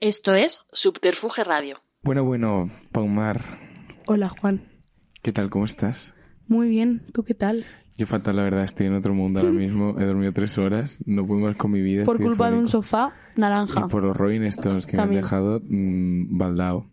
Esto es Subterfuge Radio. Bueno, bueno, Paumar, Hola Juan, ¿qué tal? ¿Cómo estás? muy bien, ¿tú qué tal? Yo fatal, la verdad, estoy en otro mundo ahora mismo. He dormido tres horas, no puedo más con mi vida. Por estoy culpa de un eufórico. sofá naranja. Y por los Rolling Stones que También. me han dejado mm, baldao.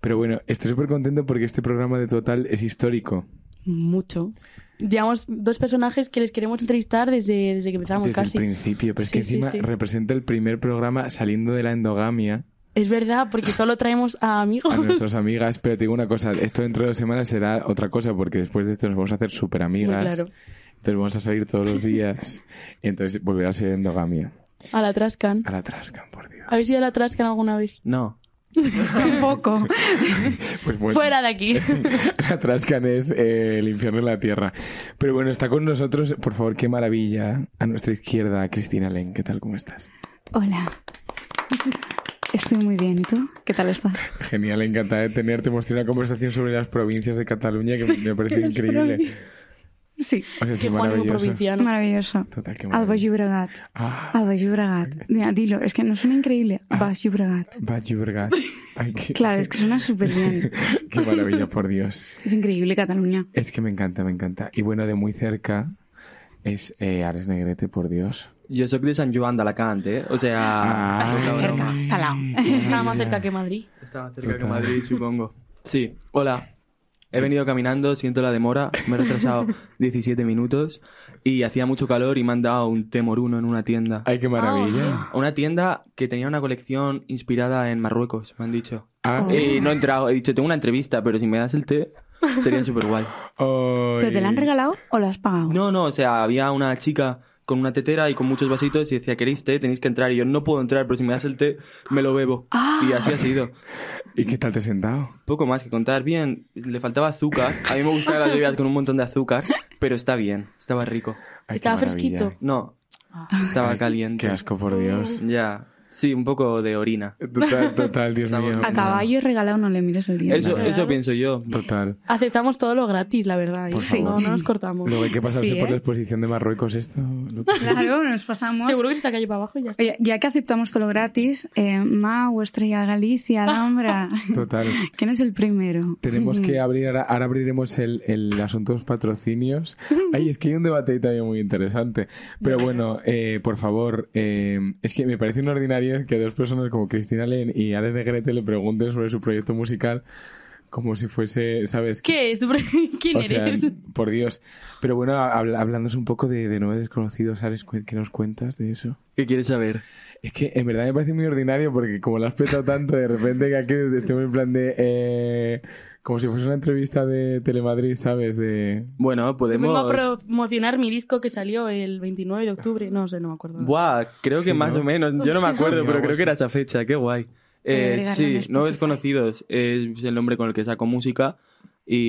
Pero bueno, estoy súper contento porque este programa de Total es histórico. Mucho. Llevamos dos personajes que les queremos entrevistar desde, desde que empezamos desde casi. el principio, pero es que Sí, sí, encima sí. representa el primer programa saliendo de la endogamia Es verdad, porque solo traemos a amigos. a nuestras amigas. Pero te digo una cosa, esto dentro de dos semanas será otra cosa porque después de esto nos vamos a hacer súper Muy amigas. claro. Entonces vamos a salir todos los días. Entonces volverá a ser endogamia. A la Trascan. A la Trascan, por Ah, Dios. ¿Habéis ido a la Trascan alguna vez? No. Tampoco. Pues bueno. Fuera de aquí. La Trascan es eh, el infierno en la tierra. Pero bueno, está con nosotros, por favor, qué maravilla. A nuestra izquierda, Cristina Len, ¿qué tal? ¿Cómo estás? Hola. Estoy muy bien. ¿Y tú? ¿Qué tal estás? Genial, encantada de tenerte. Hemos tenido una conversación sobre las provincias de Cataluña que me parece Las increíble. provincias. Sí. O sea, es que Juan es un maravilloso. provinciano. Maravilloso. Total, qué Al Baix maravilla. Llobregat. Ah, Al Baix Llobregat. Mira, dilo. Es que no suena increíble. Baix Llobregat. Baix Llobregat. Ay, qué, Claro, es que suena súper bien. qué maravilla, por Dios. Es increíble Cataluña. Es que me encanta, me encanta. Y bueno, de muy cerca es eh, Ares Negrete, por Dios. Yo soy de San Joan de Alacant, ¿eh? O sea... Ah, está está bueno. cerca. Está al lado. Nada más cerca que Madrid. Está más cerca que Total. Madrid, supongo. Sí. Hola. He venido caminando, siento la demora. Me he retrasado 17 minutos. Y hacía mucho calor y me han dado un temoruno en una tienda. Ay, qué maravilla. Una tienda que tenía una colección inspirada en Marruecos, me han dicho. Ah, Oh. Y Eh, no he entrado. He dicho, tengo una entrevista, pero si me das el té, sería súper guay. ay. Oh. ¿Pero te la han regalado o la has pagado? No, no, o sea, había una chica con una tetera y con muchos vasitos y decía, ¿queréis té? Tenéis que entrar. Y yo, no puedo entrar, pero si me das el té, me lo bebo. Ah. Y así ha sido. ¿Y qué tal te has sentado? Poco más que contar. Bien, le faltaba azúcar. A mí me gustan las bebidas con un montón de azúcar, pero está bien, estaba rico. Ay, qué Estaba maravilla. fresquito. No, Ah. estaba caliente. Qué asco, por Dios. Ya, sí, un poco de orina. Total, total, Dios Estaba mío. A caballo regalado no le mires el día. Eso, eso pienso yo. Total. Aceptamos todo lo gratis, la verdad. ¿eh? Por no, favor. no nos cortamos. Luego hay que pasarse Sí, ¿eh? por la exposición de Marruecos esto. lo- Claro, nos pasamos. Seguro que está calle para abajo y ya está. Oye, ya que aceptamos todo lo gratis, eh, Mau, Estrella Galicia, Alhambra. Total. ¿Quién es el primero? Tenemos que abrir, ahora, ahora abriremos el, el asunto de los patrocinios. Ay, es que hay un debate ahí también muy interesante. Pero bueno, eh, por favor, eh, es que me parece una ordinaria que a dos personas como Cristina Len y Alex Negrete le pregunten sobre su proyecto musical como si fuese, ¿sabes? ¿Qué es? ¿Quién O sea, eres? por Dios. Pero bueno, habla- hablándonos un poco de, de Nueve Desconocidos, Ares, cu- ¿qué nos cuentas de eso? ¿Qué quieres saber? Es que en verdad me parece muy ordinario porque como lo has petado tanto, de repente que aquí estemos en plan de... eh, como si fuese una entrevista de Telemadrid, ¿sabes? De... Bueno, Vengo a podemos... promocionar mi disco que salió el 29 de octubre. No sé, no me acuerdo. Buah, creo que Sí, más ¿no? o menos. Yo no me acuerdo, Sí, pero algo creo así. que era esa fecha. Qué guay. Eh, agregarlo en sí, Spotify. No Desconocidos es el nombre con el que saco música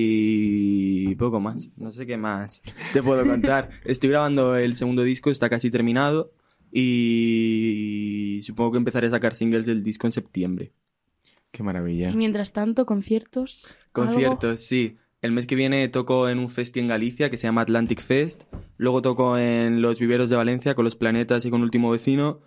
y poco más. No sé qué más te puedo contar. Estoy grabando el segundo disco, está casi terminado y supongo que empezaré a sacar singles del disco en septiembre. Qué maravilla. Y mientras tanto, conciertos. algo. Conciertos, sí. El mes que viene toco en un festi en Galicia que se llama Atlantic Fest. Luego toco en los viveros de Valencia con los planetas y con Último Vecino.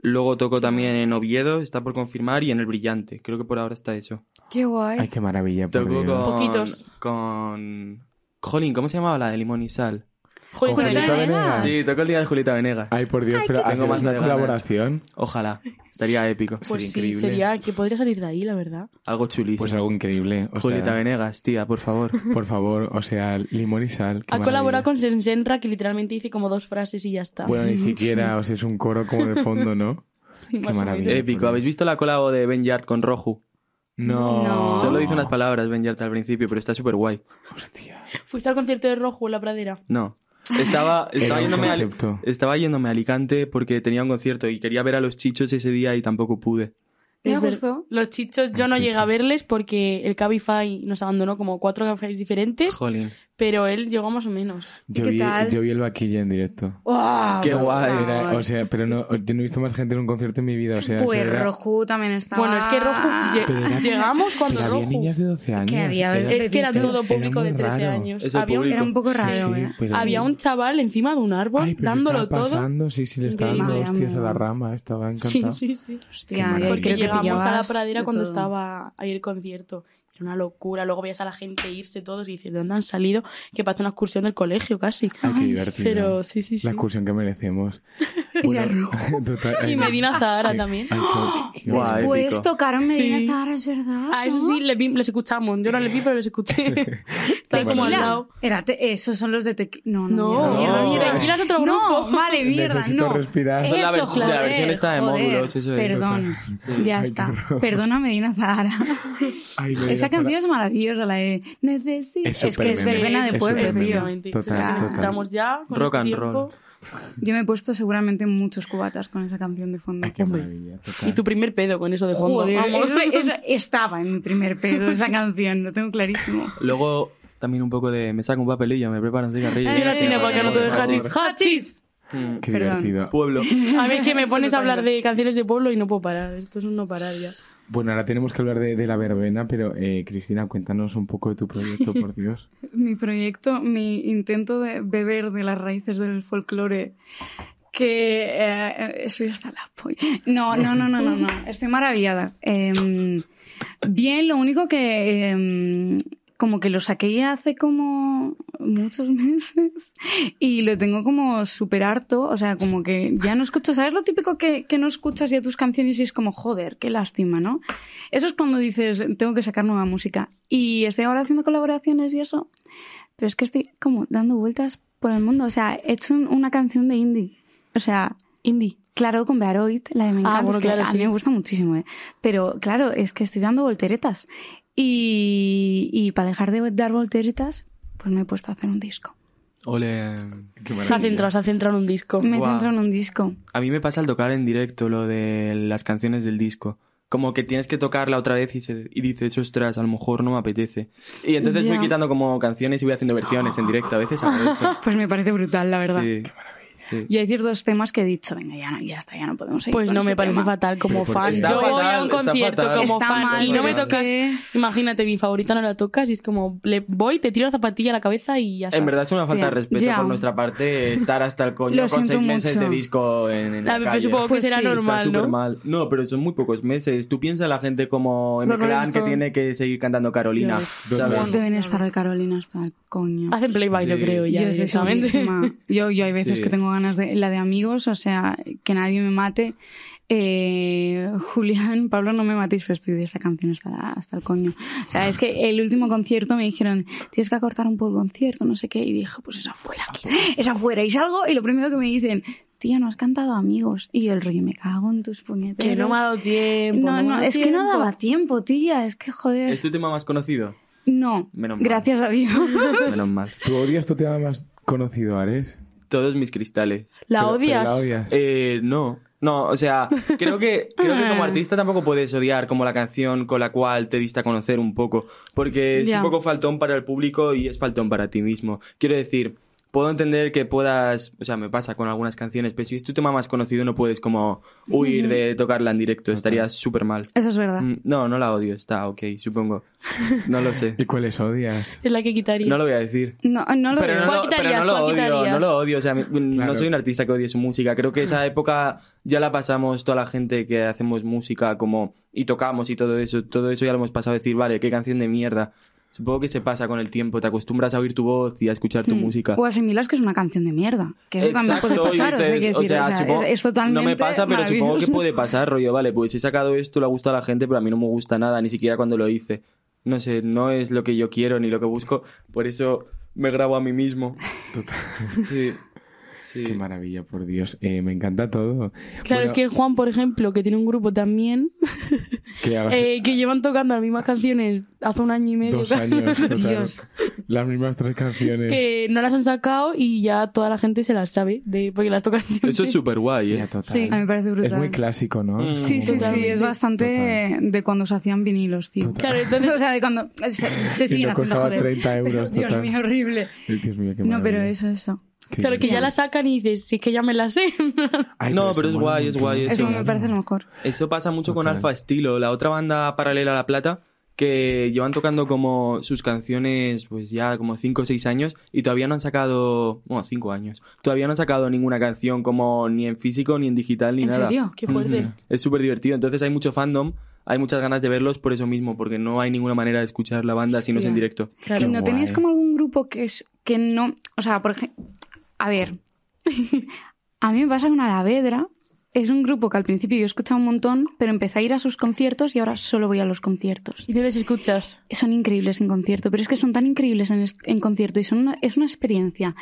Luego toco también en Oviedo, está por confirmar, y en El Brillante. Creo que por ahora está eso. Qué guay. Ay, qué maravilla. Por Toco con... Dios. Poquitos. Con... Jolín, ¿cómo se llamaba la de Limón y Sal? Joder, eh? Con Julieta Julieta Venegas. Venegas. Ah. Sí, toco el día de Julieta Venegas. Ay, por Dios, pero tengo ¿hacemos más una ganas. colaboración? pues Ojalá. Estaría épico. Pues sí, increíble. sería que podría salir de ahí, la verdad. Algo chulísimo. Pues algo increíble. O Julieta sea, Venegas, tía, por favor. por favor, o sea, limón y sal. qué Ha maravilla. colaborado con Sensenra, que literalmente dice como dos frases y ya está. Bueno, ni siquiera, o sea, es un coro como de fondo, ¿no? Sí, qué más o menos. maravilla. Eh, épico. ¿Habéis visto la colabo de Ben Yard con Roju? No. No. Solo dice unas palabras Ben Yard al principio, pero está súper guay. Hostia. Fuiste al concierto de Rojo en la pradera. No. Estaba, estaba, Era un yéndome a, Ali- concepto. estaba yéndome a Alicante porque tenía un concierto y quería ver a los chichos ese día y tampoco pude. Me Es ver- gustó. Los chichos, yo no Los llegué a chichos. verles porque el Cabify nos abandonó como cuatro cafés diferentes. Jolín. pero él llegó más o menos. Yo ¿Qué vi, tal? yo vi el vaquilla en directo. ¡Wow! Qué por guay. favor. Era- o sea, pero no, yo no he visto más gente en un concierto en mi vida. O sea, pues eso era- Roju también estaba. Bueno, es que Rojo lle- Pero era- llegamos cuando pero había Rojo. niñas de 12 años. había Es que era Bebitos. todo Era público muy de 13 raro. años. Es el Había un, Ah, Era un poco raro, Sí, ¿eh? pues- había un chaval encima de un árbol Ay, pero se dándolo estaba todo. pasando, sí, sí, le estaba dando Madre hostias a la amor. rama, estaba Sí, encantado. sí, sí. Qué Hostia, yo maravilla. Porque creo que llegamos a la pillabas pradera de cuando todo. estaba ahí el concierto. Era una locura. Luego veías a la gente irse todos y dices, ¿de dónde han salido? Que parece una excursión del colegio casi. Ay, Ah, qué Ay, divertido. Pero sí, sí, sí. La excursión que merecemos. Y la total, ay, Y Medina Zahara ay, también. ¡Ah! ay, qué- qué Guau, guay. Pues épico. tocaron Medina Sí. Zahara, es verdad. A ¿no? Ah, eso sí, le vi- les escuchamos. Yo no les vi, pero les escuché. Está como al maravilla. lado. Era te- esos son los de tequila. No, no, No, mierda, No. mierda, Tequila mierda. es otro No, grupo. vale, mierda, Necesito no. respirar. Eso, la versión- la joder, versión está de joder, módulos, eso es. Perdón, Sí. ya Ay, qué está. horror. Perdona Medina Zahara. Ay, Medina Esa Zahara. canción es maravillosa, la de Necesito. Es Es, que es supermeme. verbena de Es pueblo, tío. supermeme. Efectivamente. Total, O sea, total. Estamos ya con Rock este and tiempo. roll. Yo me he puesto seguramente muchos cubatas con esa canción de fondo. Ay, qué Hombre. maravilla. total. Y tu primer pedo con eso de fondo. Joder, Vamos. eso- eso- estaba en mi primer pedo esa canción, lo tengo clarísimo. Luego también un poco de... Me saco un papelillo, me preparo un cigarrillo. Y una Eh, china para que no te Por dé favor. hachis. ¡Hachis! Mm. Qué Perdón. divertido. Pueblo. A mí es que me pones a Eso no hablar de canciones de pueblo y no puedo parar. Esto es un no parar ya. Bueno, ahora tenemos que hablar de, de la verbena, pero eh, Cristina, cuéntanos un poco de tu proyecto, por Dios. mi proyecto, mi intento de beber de las raíces del folclore, que eh, estoy hasta la polla. No, no, no, no, no, no. Estoy maravillada. Em, bien, lo único que em, como que lo saqué ya hace como muchos meses y lo tengo como súper harto, o sea, como que ya no escucho, ¿sabes lo típico que, que no escuchas ya tus canciones y es como, joder, qué lástima, ¿no? Eso es cuando dices, tengo que sacar nueva música. Y estoy ahora haciendo colaboraciones y eso, pero es que estoy como dando vueltas por el mundo. O sea, he hecho un- una canción de indie. O sea, Indie. claro, con Bearoid, la de Ah, Me encanta, bueno, es que claro, a sí. mí me gusta muchísimo, ¿eh? Pero claro, es que estoy dando volteretas. Y, y para dejar de dar volteretas, pues me he puesto a hacer un disco. Ole. Qué Se ha centrado, se ha centrado en un disco. Me Guau. centro en un disco. A mí me pasa al tocar en directo lo de las canciones del disco. Como que tienes que tocarla otra vez y, se- y dices, ostras, a lo mejor no me apetece. Y entonces Ya. voy quitando como canciones y voy haciendo versiones en directo. A veces hago eso. Pues me parece brutal, la verdad. Sí. Sí. Y hay ciertos temas que he dicho, venga, ya, no- ya está, ya no podemos seguir. Pues con no ese me parece tema. fatal como Pero fan. porque- Yo Está voy a fatal, un está concierto fatal. como Está fan mal, y no me porque- tocas. Imagínate, mi favorita no la tocas y es como, le voy, te tiro la zapatilla a la cabeza y ya está. En verdad es una falta de Hostia, respeto ya. por nuestra parte estar hasta el coño Lo con siento seis meses mucho. de disco en, en la Ah, pero calle. supongo que Pues será sí, está Está normal, súper ¿no? mal. No, pero son muy pocos meses. Tú piensas la gente como en Los Rolling Clan que Stones. tiene que seguir cantando Carolina. Dios. ¿sabes? Bueno, Deben claro. estar de Carolina hasta el coño. Hacen playback, yo Sí. creo, ya yo, estoy directamente. segurísima. yo, yo hay veces Sí. que tengo ganas de la de amigos, o sea, que nadie me mate. Eh, Julián, Pablo, no me matéis, pero estoy de esa canción hasta, la- hasta el coño. O sea, es que el último concierto me dijeron, tienes que acortar un poco el concierto, no sé qué, y dije, pues es afuera, aquí, es afuera, y salgo, y lo primero que me dicen, tía, no has cantado amigos. Y yo, el rollo, me cago en tus puñeteros. Que no me ha dado tiempo. No, me ha no, dado es que no tiempo. daba tiempo, tía, es que joder. ¿Es tu tema más conocido? No, Menos mal. gracias a Dios. Menos mal. ¿Tú odias tu tema más conocido, Ares? Todos mis cristales. ¿La Pero- pero odias? la odias. Eh, no. No, o sea, creo que, creo que como artista tampoco puedes odiar como la canción con la cual te diste a conocer un poco, porque es Ya. un poco faltón para el público y es faltón para ti mismo. Quiero decir, puedo entender que puedas, o sea, me pasa con algunas canciones, pero si es tu tema más conocido no puedes como huir de tocarla en directo, estaría súper mal. Eso es verdad. Mm, No, no la odio, está ok, supongo. No lo sé. ¿Y cuáles odias? Es la que quitaría. No lo voy a decir. No, no lo Pero veo. no, lo, ¿Cuál quitarías? pero no lo ¿Cuál odio, quitarías? no lo odio. O sea, mi- mm, Claro. no soy un artista que odie su música. Creo que esa época ya la pasamos toda la gente que hacemos música como y tocamos y todo eso. Todo eso ya lo hemos pasado a decir, vale, qué canción de mierda. Supongo que se pasa con el tiempo. Te acostumbras a oír tu voz y a escuchar tu Hmm. Mm. música. O asimilas que es una canción de mierda. Que eso también Exacto, puede y pasar. o sea, dices, quiero o decir, sea, o sea, supongo- es, es totalmente no me pasa, pero supongo que maravilloso. puede pasar, rollo, vale, pues he sacado esto, le ha gustado a la gente, pero a mí no me gusta nada, ni siquiera cuando lo hice. No sé, no es lo que yo quiero ni lo que busco, por eso me grabo a mí mismo. Sí. Sí. Qué maravilla, por Dios. Eh, me encanta todo. Claro, Bueno, es que el Juan, por ejemplo, que tiene un grupo también, que hagas eh, que llevan tocando las mismas canciones hace un año y medio. dos años. total, Dios. Las mismas tres canciones. que no las han sacado y ya toda la gente se las sabe de porque las tocan siempre. Eso es súper guay, Ya, ¿eh? total. Sí. A mí me parece brutal. Es muy clásico, ¿no? Mm. Es Sí, como sí, sí, muy- es bastante de cuando se hacían vinilos, tío. Total. Claro, entonces O sea, de cuando se, se Y siguen no haciendo, costaba joder. 30 Pero, euros. Dios total. mío, horrible. Ay, Dios mío, qué No, pero maravilla. eso, eso. Qué claro que ya genial. la sacan y dices, sí que ya me las sé. Ay, No, eso pero es mola guay, un es montón. guay, Eso, Eso. me parece lo mejor. Eso pasa mucho con Total. Alfa Estilo, la otra banda paralela a La Plata, que llevan tocando como sus canciones pues ya como 5 o 6 años y todavía no han sacado, bueno, 5 años, todavía no han sacado ninguna canción como ni en físico, ni en digital, ni ¿En nada. serio? Qué fuerte. Es súper divertido, entonces hay mucho fandom, hay muchas ganas de verlos por eso mismo, porque no hay ninguna manera de escuchar la banda si no es en Hostia. directo. Claro. ¿Y no guay. tenéis como algún grupo que es que no, o sea, por ejemplo, a ver, a mí me pasa con Alavedra, es un grupo que al principio yo escuchaba un montón, pero empecé a ir a sus conciertos y ahora solo voy a los conciertos. Y tú les escuchas. Son increíbles en concierto, pero es que son tan increíbles en, es- en concierto y son una- es una experiencia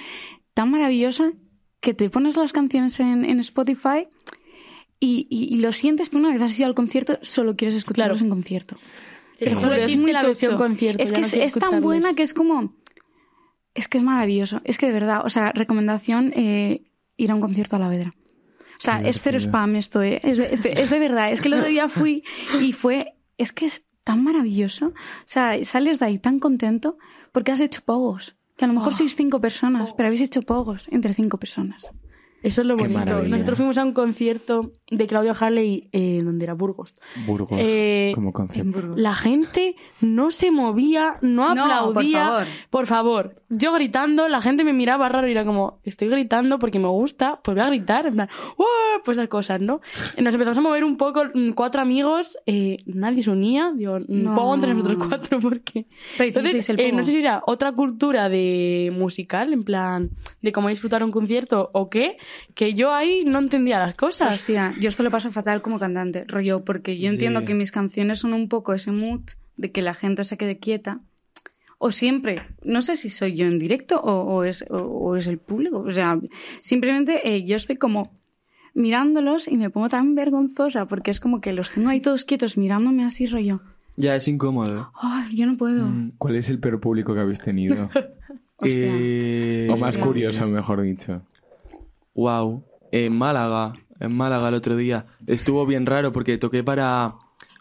tan maravillosa que te pones las canciones en, en Spotify y, y- y lo sientes, pero una vez has ido al concierto, solo quieres escucharlos Claro. en concierto. Te juro, es muy la tocho. versión concierto. Es ya que no es, quiero es tan escucharles. buena que es como. Es que es maravilloso. Es que de verdad, o sea, recomendación: eh, ir a un concierto a la vedra. O sea, Qué es cero divertido. spam esto, eh. es, de, es de- es de verdad. Es que el otro día fui y fue. Es que es tan maravilloso. O sea, sales de ahí tan contento porque has hecho pogos. Que a lo mejor Oh. sois cinco personas, Pogos. pero habéis hecho pogos entre cinco personas. Eso es lo Qué bonito. maravilla. Nosotros fuimos a un concierto de Claudio Harley, eh, donde era Burgos. Mm. Burgos, Eh, como concepto. La gente no se movía, no aplaudía. Por favor, yo gritando, la gente me miraba raro y era como, estoy gritando porque me gusta, pues voy a gritar, en plan, "Uah", pues esas cosas, ¿no? Nos empezamos a mover un poco, mm, cuatro amigos, eh, nadie se unía, digo, No. no. poco entre nosotros cuatro, porque... Pero Entonces, hicisteis el eh, no pogo. sé si era otra cultura de musical, en plan, de cómo disfrutar un concierto o qué, que yo ahí no entendía las cosas. Hostia, yo esto lo paso fatal como cantante, rollo, porque yo Sí. entiendo que mis canciones son un poco ese mood de que la gente se quede quieta. O siempre, no sé si soy yo en directo o, o es, o, o es el público. O sea, simplemente eh, yo estoy como mirándolos y me pongo tan vergonzosa porque es como que los tengo ahí todos quietos mirándome así, rollo. Ya es incómodo. ¿eh? Ay, yo no puedo. Mm. ¿Cuál es el peor público que habéis tenido? Hostia. Eh, o más Hostia. curioso, mejor dicho. Wow. En Málaga, en Málaga el otro día. Estuvo bien raro porque toqué para,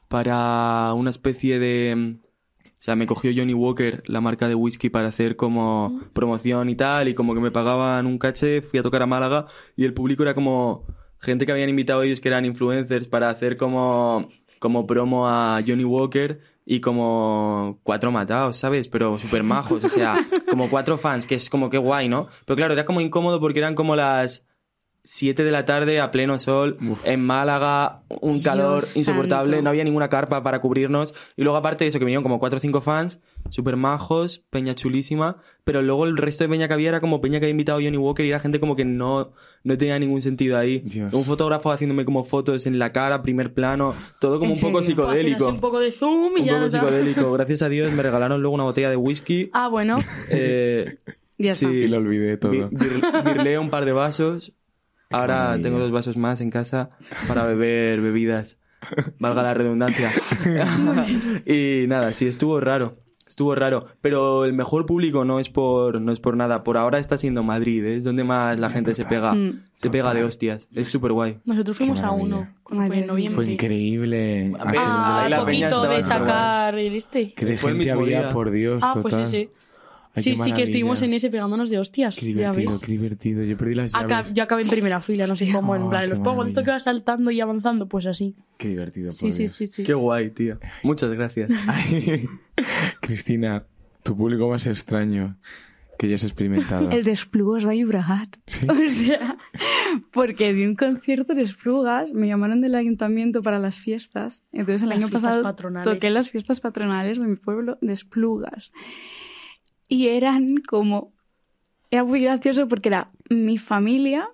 para una especie de... O sea, me cogió Johnny Walker, la marca de whisky, para hacer como promoción y tal, y como que me pagaban un caché, fui a tocar a Málaga, y el público era como gente que habían invitado ellos que eran influencers para hacer como, como promo a Johnny Walker y como cuatro matados, ¿sabes? Pero súper majos, o sea, como cuatro fans, que es como que guay, ¿no? Pero claro, era como incómodo porque eran como las 7 de la tarde a pleno sol, en Málaga, un Dios calor insoportable, santo. no había ninguna carpa para cubrirnos. Y luego, aparte de eso, que vinieron como 4 o 5 fans, súper majos, peña chulísima. Pero luego el resto de peña que había era como peña que había invitado Johnny Walker y era gente como que no, no tenía ningún sentido ahí. Dios. Un fotógrafo haciéndome como fotos en la cara, primer plano, todo como ¿En un poco serio? Puedo hacer así psicodélico. Un poco de zoom y Un ya poco está. psicodélico. Gracias a Dios me regalaron luego una botella de whisky. Ah, bueno. Eh, Ya está. sí. Y lo olvidé todo. Vi- vir- virlé un par de vasos. Ahora maravilla. tengo dos vasos más en casa para beber bebidas. Valga la redundancia. y nada, sí, estuvo raro. Estuvo raro. Pero el mejor público no es por, no es por nada. Por ahora está siendo Madrid, ¿eh? es donde más la gente se pega. Mm. Se pega de hostias. Es súper guay. Nosotros fuimos a maravilla. uno, cuando fue Madre en mía. noviembre. Fue increíble. Ah, Aquel Ah, Ah, ahí día. la peña poquito de estaba sacar, ¿viste? Qué de Fue el gente mismo había, día. por Dios, Ah, pues total. ese. Ay, Sí, qué sí, que estuvimos en maravilla. ese pegándonos de hostias. Qué ya divertido, ves. qué divertido. Yo perdí las Aca- llaves. yo acabé en primera fila, no sé cómo, Oh, en plan, qué los pogos, esto maravilla. que va saltando y avanzando, pues así. Qué divertido, por Sí, sí, Dios. sí, sí. Qué guay, tío. Muchas gracias. Ay, Cristina, tu público más extraño que hayas experimentado. El de Esplugas de Llobregat. Sí. O sea, porque di un concierto de Esplugas, me llamaron del ayuntamiento para las fiestas. Entonces el Las año fiestas pasado patronales. toqué las fiestas patronales de mi pueblo de Esplugas. Y eran como... Era muy gracioso porque era mi familia,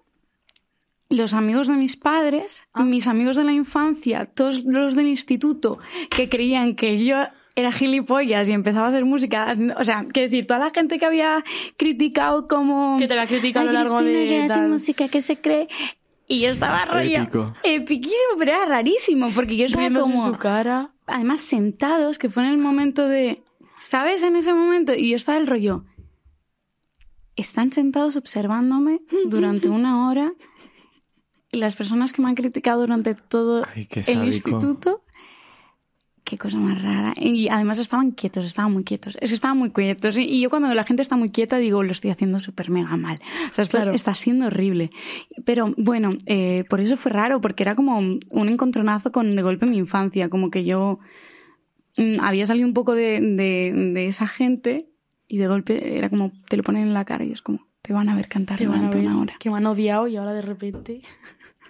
los amigos de mis Ah. padres, mis amigos de la infancia, todos los del instituto que creían que yo era gilipollas y empezaba a hacer música. O sea, que decir, toda la gente que había criticado como... Que te había criticado a lo largo Cristina, que de... hace tal. música que se cree... Y yo estaba rollo... Épico. Epiquísimo, pero era rarísimo, porque yo estaba Viéndose como... su cara. Además, sentados, que fue en el momento de... ¿Sabes? En ese momento. Y yo estaba el rollo... Están sentados observándome durante una hora y las personas que me han criticado durante todo Ay, qué el sádico. instituto. Qué cosa más rara. Y además estaban quietos, estaban muy quietos. Es que estaban muy quietos. Y- Y yo cuando la gente está muy quieta digo, lo estoy haciendo súper mega mal. O sea, esto Claro. está siendo horrible. Pero bueno, eh, por eso fue raro, porque era como un encontronazo con de golpe mi infancia. Como que yo mm, había salido un poco de, de- de esa gente y de golpe era como, te lo ponen en la cara y es como, te van a ver cantar Que van, a durante ver, una hora. que me han odiado y ahora de repente...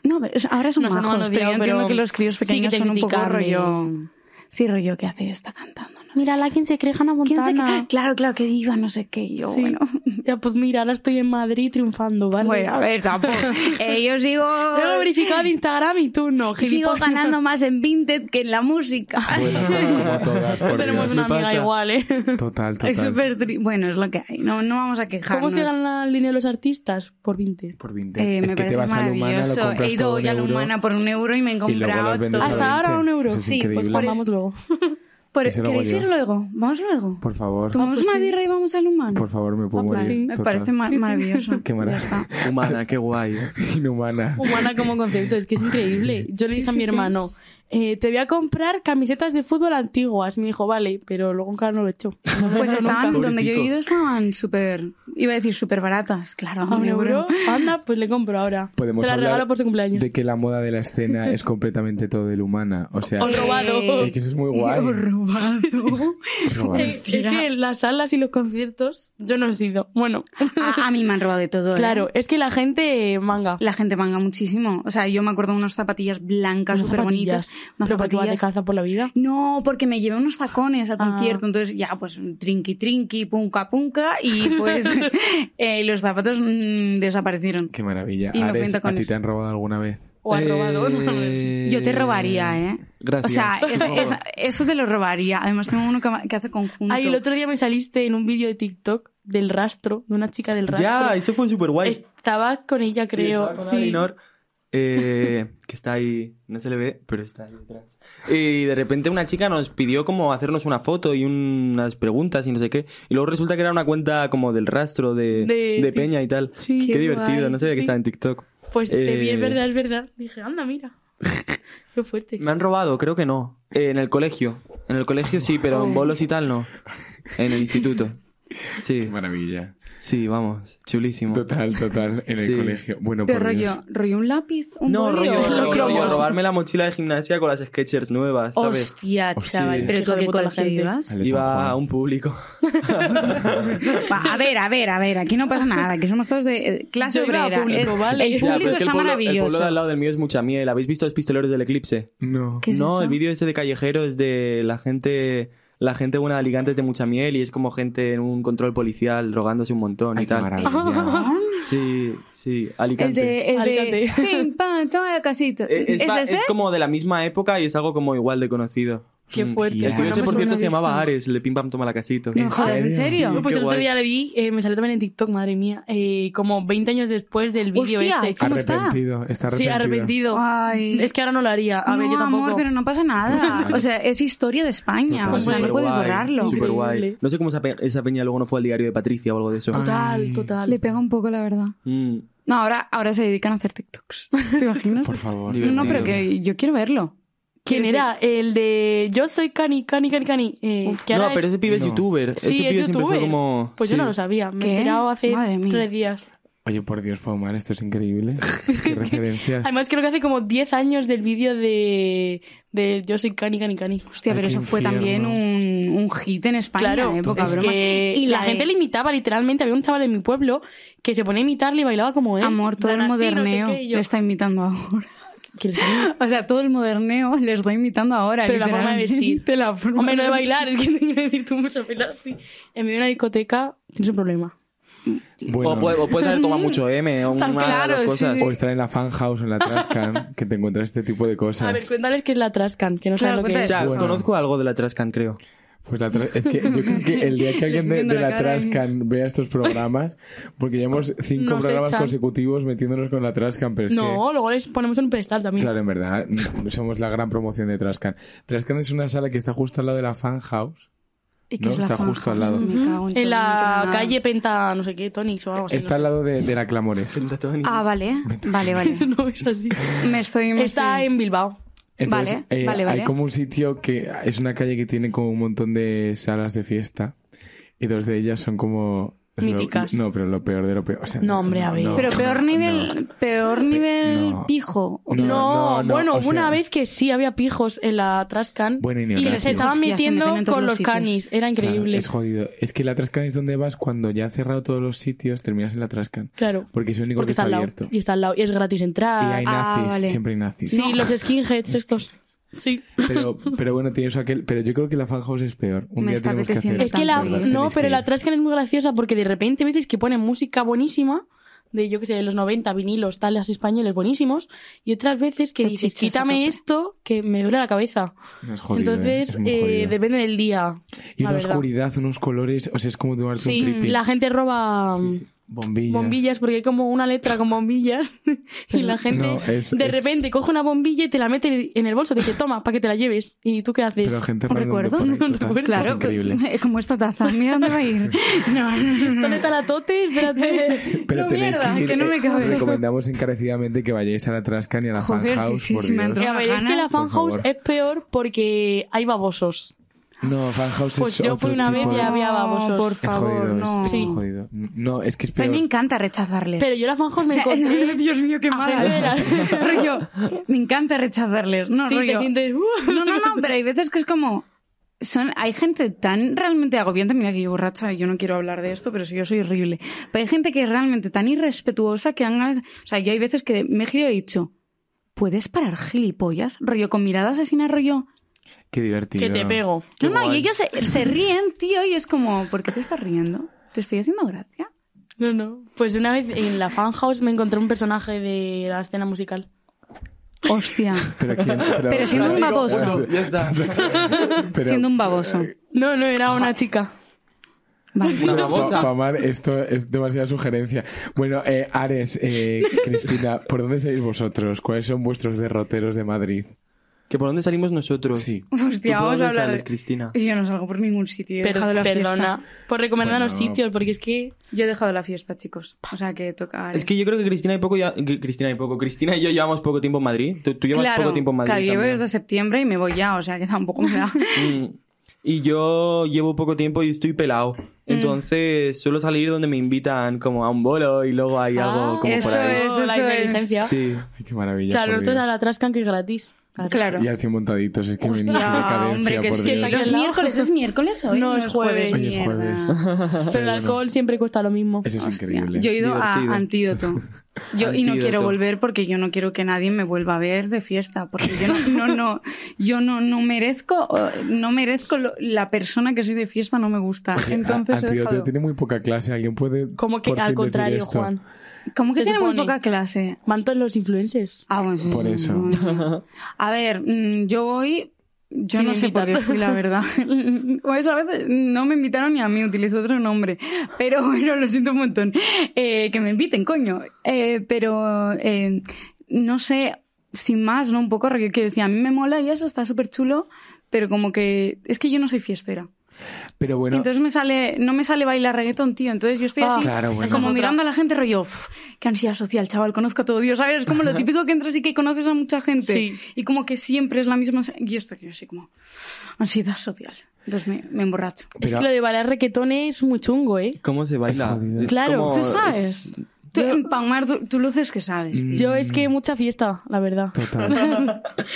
No, pero es- ahora son Nos han majos, pero odiado, yo entiendo pero que los críos sí que pequeños te son un poco critican de- rollo... Sí, rollo, ¿qué hace esta cantando? No sé. Mírala, quien se cree Hannah ¿Quién se- Montana. Claro, claro, que diva, no sé qué. Yo, Sí. bueno... Ya, pues mira, ahora estoy en Madrid triunfando, ¿vale? Bueno, a ver, tampoco. Eh, yo sigo... Tengo verificado Instagram y tú no, Sigo gilipollas. ganando más en Vinted que en la música. Bueno, como, como todas, por Tenemos Dios. una me amiga pasa. igual, ¿eh? Total, total. es súper tri- Bueno, es lo que hay. No, no vamos a quejarnos. ¿Cómo se gana el dinero los artistas? Por 20. Por 20. Eh, es que me te parece vas a Lumana, lo maravilloso. compras He ido todo hoy a en euro, Lumana por un euro y me he y luego las comprado vendes todo. a Hasta ahora 20. un euro. Eso es Sí, pues increíble. por Vamos luego. Por- Ese lo hago ¿Queréis yo. ir luego? Vamos luego. Por favor, Tomamos pues una sí. birra y vamos al humano. por favor, me puedo Ah, pues morir. sí. Me Total. parece ma- maravilloso. Qué maravilla. Humana, qué guay. ¿eh? Inhumana. Humana como concepto, es que es increíble. Yo le Sí, dije a sí, mi sí. hermano, eh, te voy a comprar camisetas de fútbol antiguas. Me dijo, vale, pero luego nunca no lo he hecho. No me Pues lo estaban, nunca. donde yo he ido estaban súper, iba a decir súper baratas, claro, A un euro, anda, pues le compro ahora. Podemos Se la hablar regalo por su cumpleaños. De que la moda de la escena es completamente todo el humana. O sea, O robado. Eh, es que eso es muy guay. Lo robado. Robado. Es, es que las salas y los conciertos, yo no he ido. Bueno, A, a mí me han robado de todo. ¿eh? claro, es que la gente eh, manga. La gente manga muchísimo. O sea, yo me acuerdo de unas zapatillas blancas Unas súper bonitas. zapatillas. Unas Pero porque vas de zapatillas. calza por la vida. No, porque me llevé unos tacones al Ah. concierto, entonces ya, pues trinqui trinqui, punca punca, y pues eh, los zapatos mm, desaparecieron. Qué maravilla. Y me Ares, ofendo ¿a con ti eso. te han robado alguna vez? O ha robado. no lo sé. Eh, Yo te robaría, ¿eh? O Gracias. sea, por esa- favor. esa- eso te lo robaría. Además, tengo uno que, ma- que hace conjunto. Ay, el otro día me saliste en un vídeo de TikTok del rastro, de una chica del rastro. Ya, eso fue súper guay. Estabas con ella, creo. Sí, sí. Ainor, eh, que está ahí, no se le ve, pero está ahí detrás. Y de repente una chica nos pidió como hacernos una foto y un- unas preguntas y no sé qué. Y luego resulta que era una cuenta como del rastro de, De- de Peña y tal. Sí. qué, Qué divertido, guay, no sabía sí. que estaba en TikTok. Pues te vi, Eh. es verdad, es verdad. Dije, anda, mira. Qué fuerte. Me han robado, creo que no. Eh, en el colegio. En el colegio sí, pero en bolos y tal no. En el instituto. Qué Sí, maravilla. sí, vamos, chulísimo. Total, total, en el Sí. colegio. Bueno, Pero por Dios. rollo, rollo un lápiz, un No, boli, rollo, o- rollo, Los cromos. robarme la mochila de gimnasia con las Skechers nuevas, ¿sabes? Hostia, Hostia. chaval. ¿Pero tú a qué Hijo de puta colegio gente. ibas? Ale, San Iba a Juan. un público. Va, A ver, a ver, a ver. Aquí no pasa nada, que somos todos de eh, clase Yo iba a obrera. público, El- ¿vale? El Ya, Ya, público pero es que el está pueblo, el pueblo maravilloso. de al lado del mío es mucha miel. ¿Habéis visto los pistoleros del eclipse? No. ¿Qué es no, eso? el vídeo ese de callejero es de la gente, la gente buena de Alicantes de mucha miel y es como gente en un control policial drogándose un montón Ay, y qué tal. maravilla. Ah, Sí, sí, El Alicante. de, el de Alicante. pim, pam, toma la casito. Eh, Es, ¿Es va- ese? es como de la misma época y es algo como igual de conocido. Mm. Qué fuerte. pues Ya. El tío No ese, me por cierto, suena se llamaba visto. Ares, el de Pim Pam Toma la Casito. No ¿En jodas, ¿en serio? serio? Sí. pues el qué otro guay. día le vi, eh, me salió también en TikTok, madre mía, eh, como 20 años después del vídeo Hostia, ese. ¿Cómo está? arrepentido, está Sí, arrepentido. arrepentido. Ay. Es que ahora no lo haría. A ver, no, yo tampoco. amor, pero no pasa nada. O sea, es historia de España. Total. O sea, no Superguay, puedes borrarlo. superguay. Increíble. No sé cómo esa, pe- esa peña luego no fue al diario de Patricia o algo de eso. Ah. Total, Ay. total. Le pega un poco, la verdad. Mm, No, ahora, ahora se dedican a hacer TikToks. ¿Te imaginas? Por favor. Divertido. no, no, pero que yo quiero verlo. ¿Quién era? El de Yo soy Cani, Cani, Cani, Cani. eh, que No, ahora pero es- ese pibe es No. youtuber. Sí, ese es pibe siempre fue youtuber. como... Pues yo sí. no lo sabía. Me ¿Qué? he enterado hace Madre mía. tres días. Oye, por Dios, Paumar, esto es increíble. Qué referencias. Además, creo que hace como 10 años del vídeo de, de Yo soy Cani, Cani, Cani. Hostia, Ay, pero qué eso fue también un, un hit en España Claro, en la época, es broma. que Y la, de- gente le imitaba literalmente. Había un chaval en mi pueblo que se ponía a imitarle y bailaba como él. Amor, todo el Dan así, ¿eh? no sé moderneo qué, y yo- le está imitando ahora. que le salía- O sea, todo el moderneo le está imitando ahora. Pero la forma de literalmente, vestir. La forma Hombre, no de bailar, es que tenía virtud mucho bailar así. En medio de una discoteca tienes un problema. Bueno, O, puede, o puede haber tomado mucho M o una Tan claro, de las cosas. sí. o estar en la fan house o en la Trascan, que te encuentras este tipo de cosas. A ver, cuéntales qué es la Trascan, que no Claro, saben lo que cuéntales. es. O sea, Bueno. conozco algo de la Trascan, creo. Pues la tra- es que yo creo que el día que alguien de, viendo de la la, cara ahí. Trascan vea estos programas, porque llevamos cinco Nos programas echan. consecutivos metiéndonos con la Trascan, pero es No, luego les ponemos en un pedestal que... también. Claro, en verdad, mm, somos la gran promoción de Trascan. Trascan es una sala que está justo al lado de la Fan House. ¿Y No, está justo al lado. Me cago en todo, Mm, En no la entiendo calle Penta, no sé qué, Tonix o algo así. está al no lado de, de la Clamores. nada. Ah, vale, vale, vale. sé. No, es así. Me estoy... me Está estoy- en Bilbao. Entonces, Vale, eh, vale, vale. hay como un sitio que es una calle que tiene como un montón de salas de fiesta y dos de ellas son como... Míticas. No, pero lo peor de lo peor. o sea, No, hombre, a ver. Pero peor no. nivel, peor nivel no. pijo. No, No, no, no, bueno, o hubo una sea- vez que sí había pijos en la Trascan Bueno, y y neonazis. les estaban Hostia, se metiendo meten en todos con los los sitios. canis. Era Claro, increíble. es jodido. Es que la Trascan es donde vas cuando ya han cerrado todos los sitios, terminas en la Trascan. Claro. Porque es el único Porque que está está, al lado. abierto. Y está al lado. Y es gratis entrar. Y hay Ah, nazis, vale. siempre hay nazis. Sí, los skinheads estos. Sí. Pero, pero bueno, tienes aquel. Pero yo creo que la fan house es peor. Un Me día está tenemos que hacer. apeteciendo Es que la... Bastante, ¿verdad? No, Tenéis pero que la ir. Trascan es muy graciosa porque de repente veces que ponen música buenísima de, yo que sé, de los 90, vinilos, tales españoles buenísimos. Y otras veces que Qué dices, chichas a quítame tope. esto que me duele la cabeza. No, es jodido, ¿eh? Entonces, Es muy eh, jodido. depende del día. Y la una verdad. oscuridad, unos colores. O sea, es como tomarte Sí, un trippy. la gente roba... mm, Sí, sí. Bombillas. bombillas porque hay como una letra con bombillas y la gente No, es- de es- repente coge una bombilla y te la mete en el bolso te dice toma para que te la lleves y tú qué haces Pero gente ¿Un random de recuerdo? por ahí, No, un total. recuerdo. pues, Es Claro, increíble. que- como esta taza, mira dónde va a ir. No, no, no, ¿dónde no. está la tote? espérate Pero No, tenéis mierda, que, ir, que no me eh, cabe. Recomendamos encarecidamente que vayáis a la Trascan y a la Joder, fan sí, house. sí, por sí, me Dios. han a ver es que la Por fanhouse favor. es peor porque hay babosos No, fan house pues es yo fui otro una vez tipo y de- había babosos por Es favor, jodido, no. es Sí. jodido. No, es que es A mí peor. me encanta rechazarles. pero yo la fanhouse O me sea, encontré Dios mío, qué mala. gente de Rollo, me encanta rechazarles. No, sí te rollo. sientes "Uh". No, no, no, pero hay veces que es como. Son, hay gente tan realmente agobiante, mira que yo borracha, yo no quiero hablar de esto, pero si yo soy horrible. Pero hay gente que es realmente tan irrespetuosa que dan ganas. O sea, yo hay veces que me he girado y he dicho, ¿puedes parar gilipollas? Rollo con mirada asesina, rollo. Qué divertido. que te pego No, no, y guay. ellos se, se ríen, tío, y es como, ¿por qué te estás riendo? ¿Te estoy haciendo gracia? no no pues una vez en la fanhouse me encontré un personaje de la escena musical Hostia, Pero, quién- Pero siendo un baboso. Bueno, Ya está. pero- siendo un baboso. eh, no no era una chica Vale. Una Pa- babosa. Pamar, esto es demasiada sugerencia. Bueno, eh, Ares, eh, Cristina, ¿por dónde sois vosotros? ¿Cuáles son vuestros derroteros de Madrid? ¿Que por dónde salimos nosotros? Sí. ¿Tú Hostia, por vamos dónde a hablar. sales, de- Cristina? Yo no salgo por ningún sitio. He Per- dejado la perdona fiesta. por recomendar Bueno. los sitios porque es que Yo he dejado la fiesta, chicos. O sea que toca. Es que yo creo que Cristina y poco ya- que Cristina y poco. Cristina y yo llevamos poco tiempo en Madrid. Tú, tú llevas claro, poco tiempo en Madrid. claro, yo voy también. desde septiembre y me voy ya, o sea que tampoco me da. Mm. Y yo llevo poco tiempo y estoy pelado. Mm. Entonces suelo salir donde me invitan como a un bolo y luego hay algo como Ah, eso por ahí. es, Ah, la eso es. inteligencia. Sí. Ay, qué maravilla. Claro, por nosotros Dios. a la Trascan que es gratis. claro. Y hace montaditos, es que me Hostia, me decadencia, hombre, que por sí. Dios. Aquí al Los lado. miércoles, ¿es miércoles hoy? No, es jueves. Hoy es mierda. jueves. Pero el alcohol siempre cuesta lo mismo. Eso es Hostia, increíble. Yo he ido Divertido. a Antídoto. Yo, y no Antídoto. quiero volver porque yo no quiero que nadie me vuelva a ver de fiesta. Porque yo no, no, no, yo no, no merezco, eh, no merezco lo- la persona que soy de fiesta, no me gusta. Entonces, he Antídoto dejado- tiene muy poca clase. ¿Alguien puede.? Como que por al fin decir contrario, esto? Juan. ¿Cómo que se tiene muy supone. poca clase? Van todos los influencers. Ah, bueno, sí, Por sí, eso. bueno. A ver, mm, yo voy. Yo Sin no sé por qué invitar. fui, la verdad. O esa vez no me invitaron ni a mí, utilicé otro nombre. Pero bueno, lo siento un montón. Eh, que me inviten, coño. Eh, pero eh, no sé, sin más, ¿no? Un poco, rollo que decía, a mí me mola y eso está súper chulo, pero como que es que yo no soy fiestera. Pero Y bueno, Entonces me sale, no me sale bailar reggaetón, tío. Entonces yo estoy Ah, así, claro, bueno. como Otra. mirando a la gente, rollo, "Uf, qué ansiedad social, chaval, conozco a todo Dios, ¿sabes? Es como lo típico que entras y que conoces a mucha gente. Sí. Y como que siempre es la misma. Y esto que yo así como, ansiedad social. Entonces me, me emborracho. Es Pero- que lo de bailar requetón es muy chungo, ¿eh? ¿Cómo se baila? jodido. Es Claro, como- ¿Tú Oh, es- sabes? Tú, Palmar, tú, tú luces que sabes. tío. Yo es que mucha fiesta, la verdad. mm,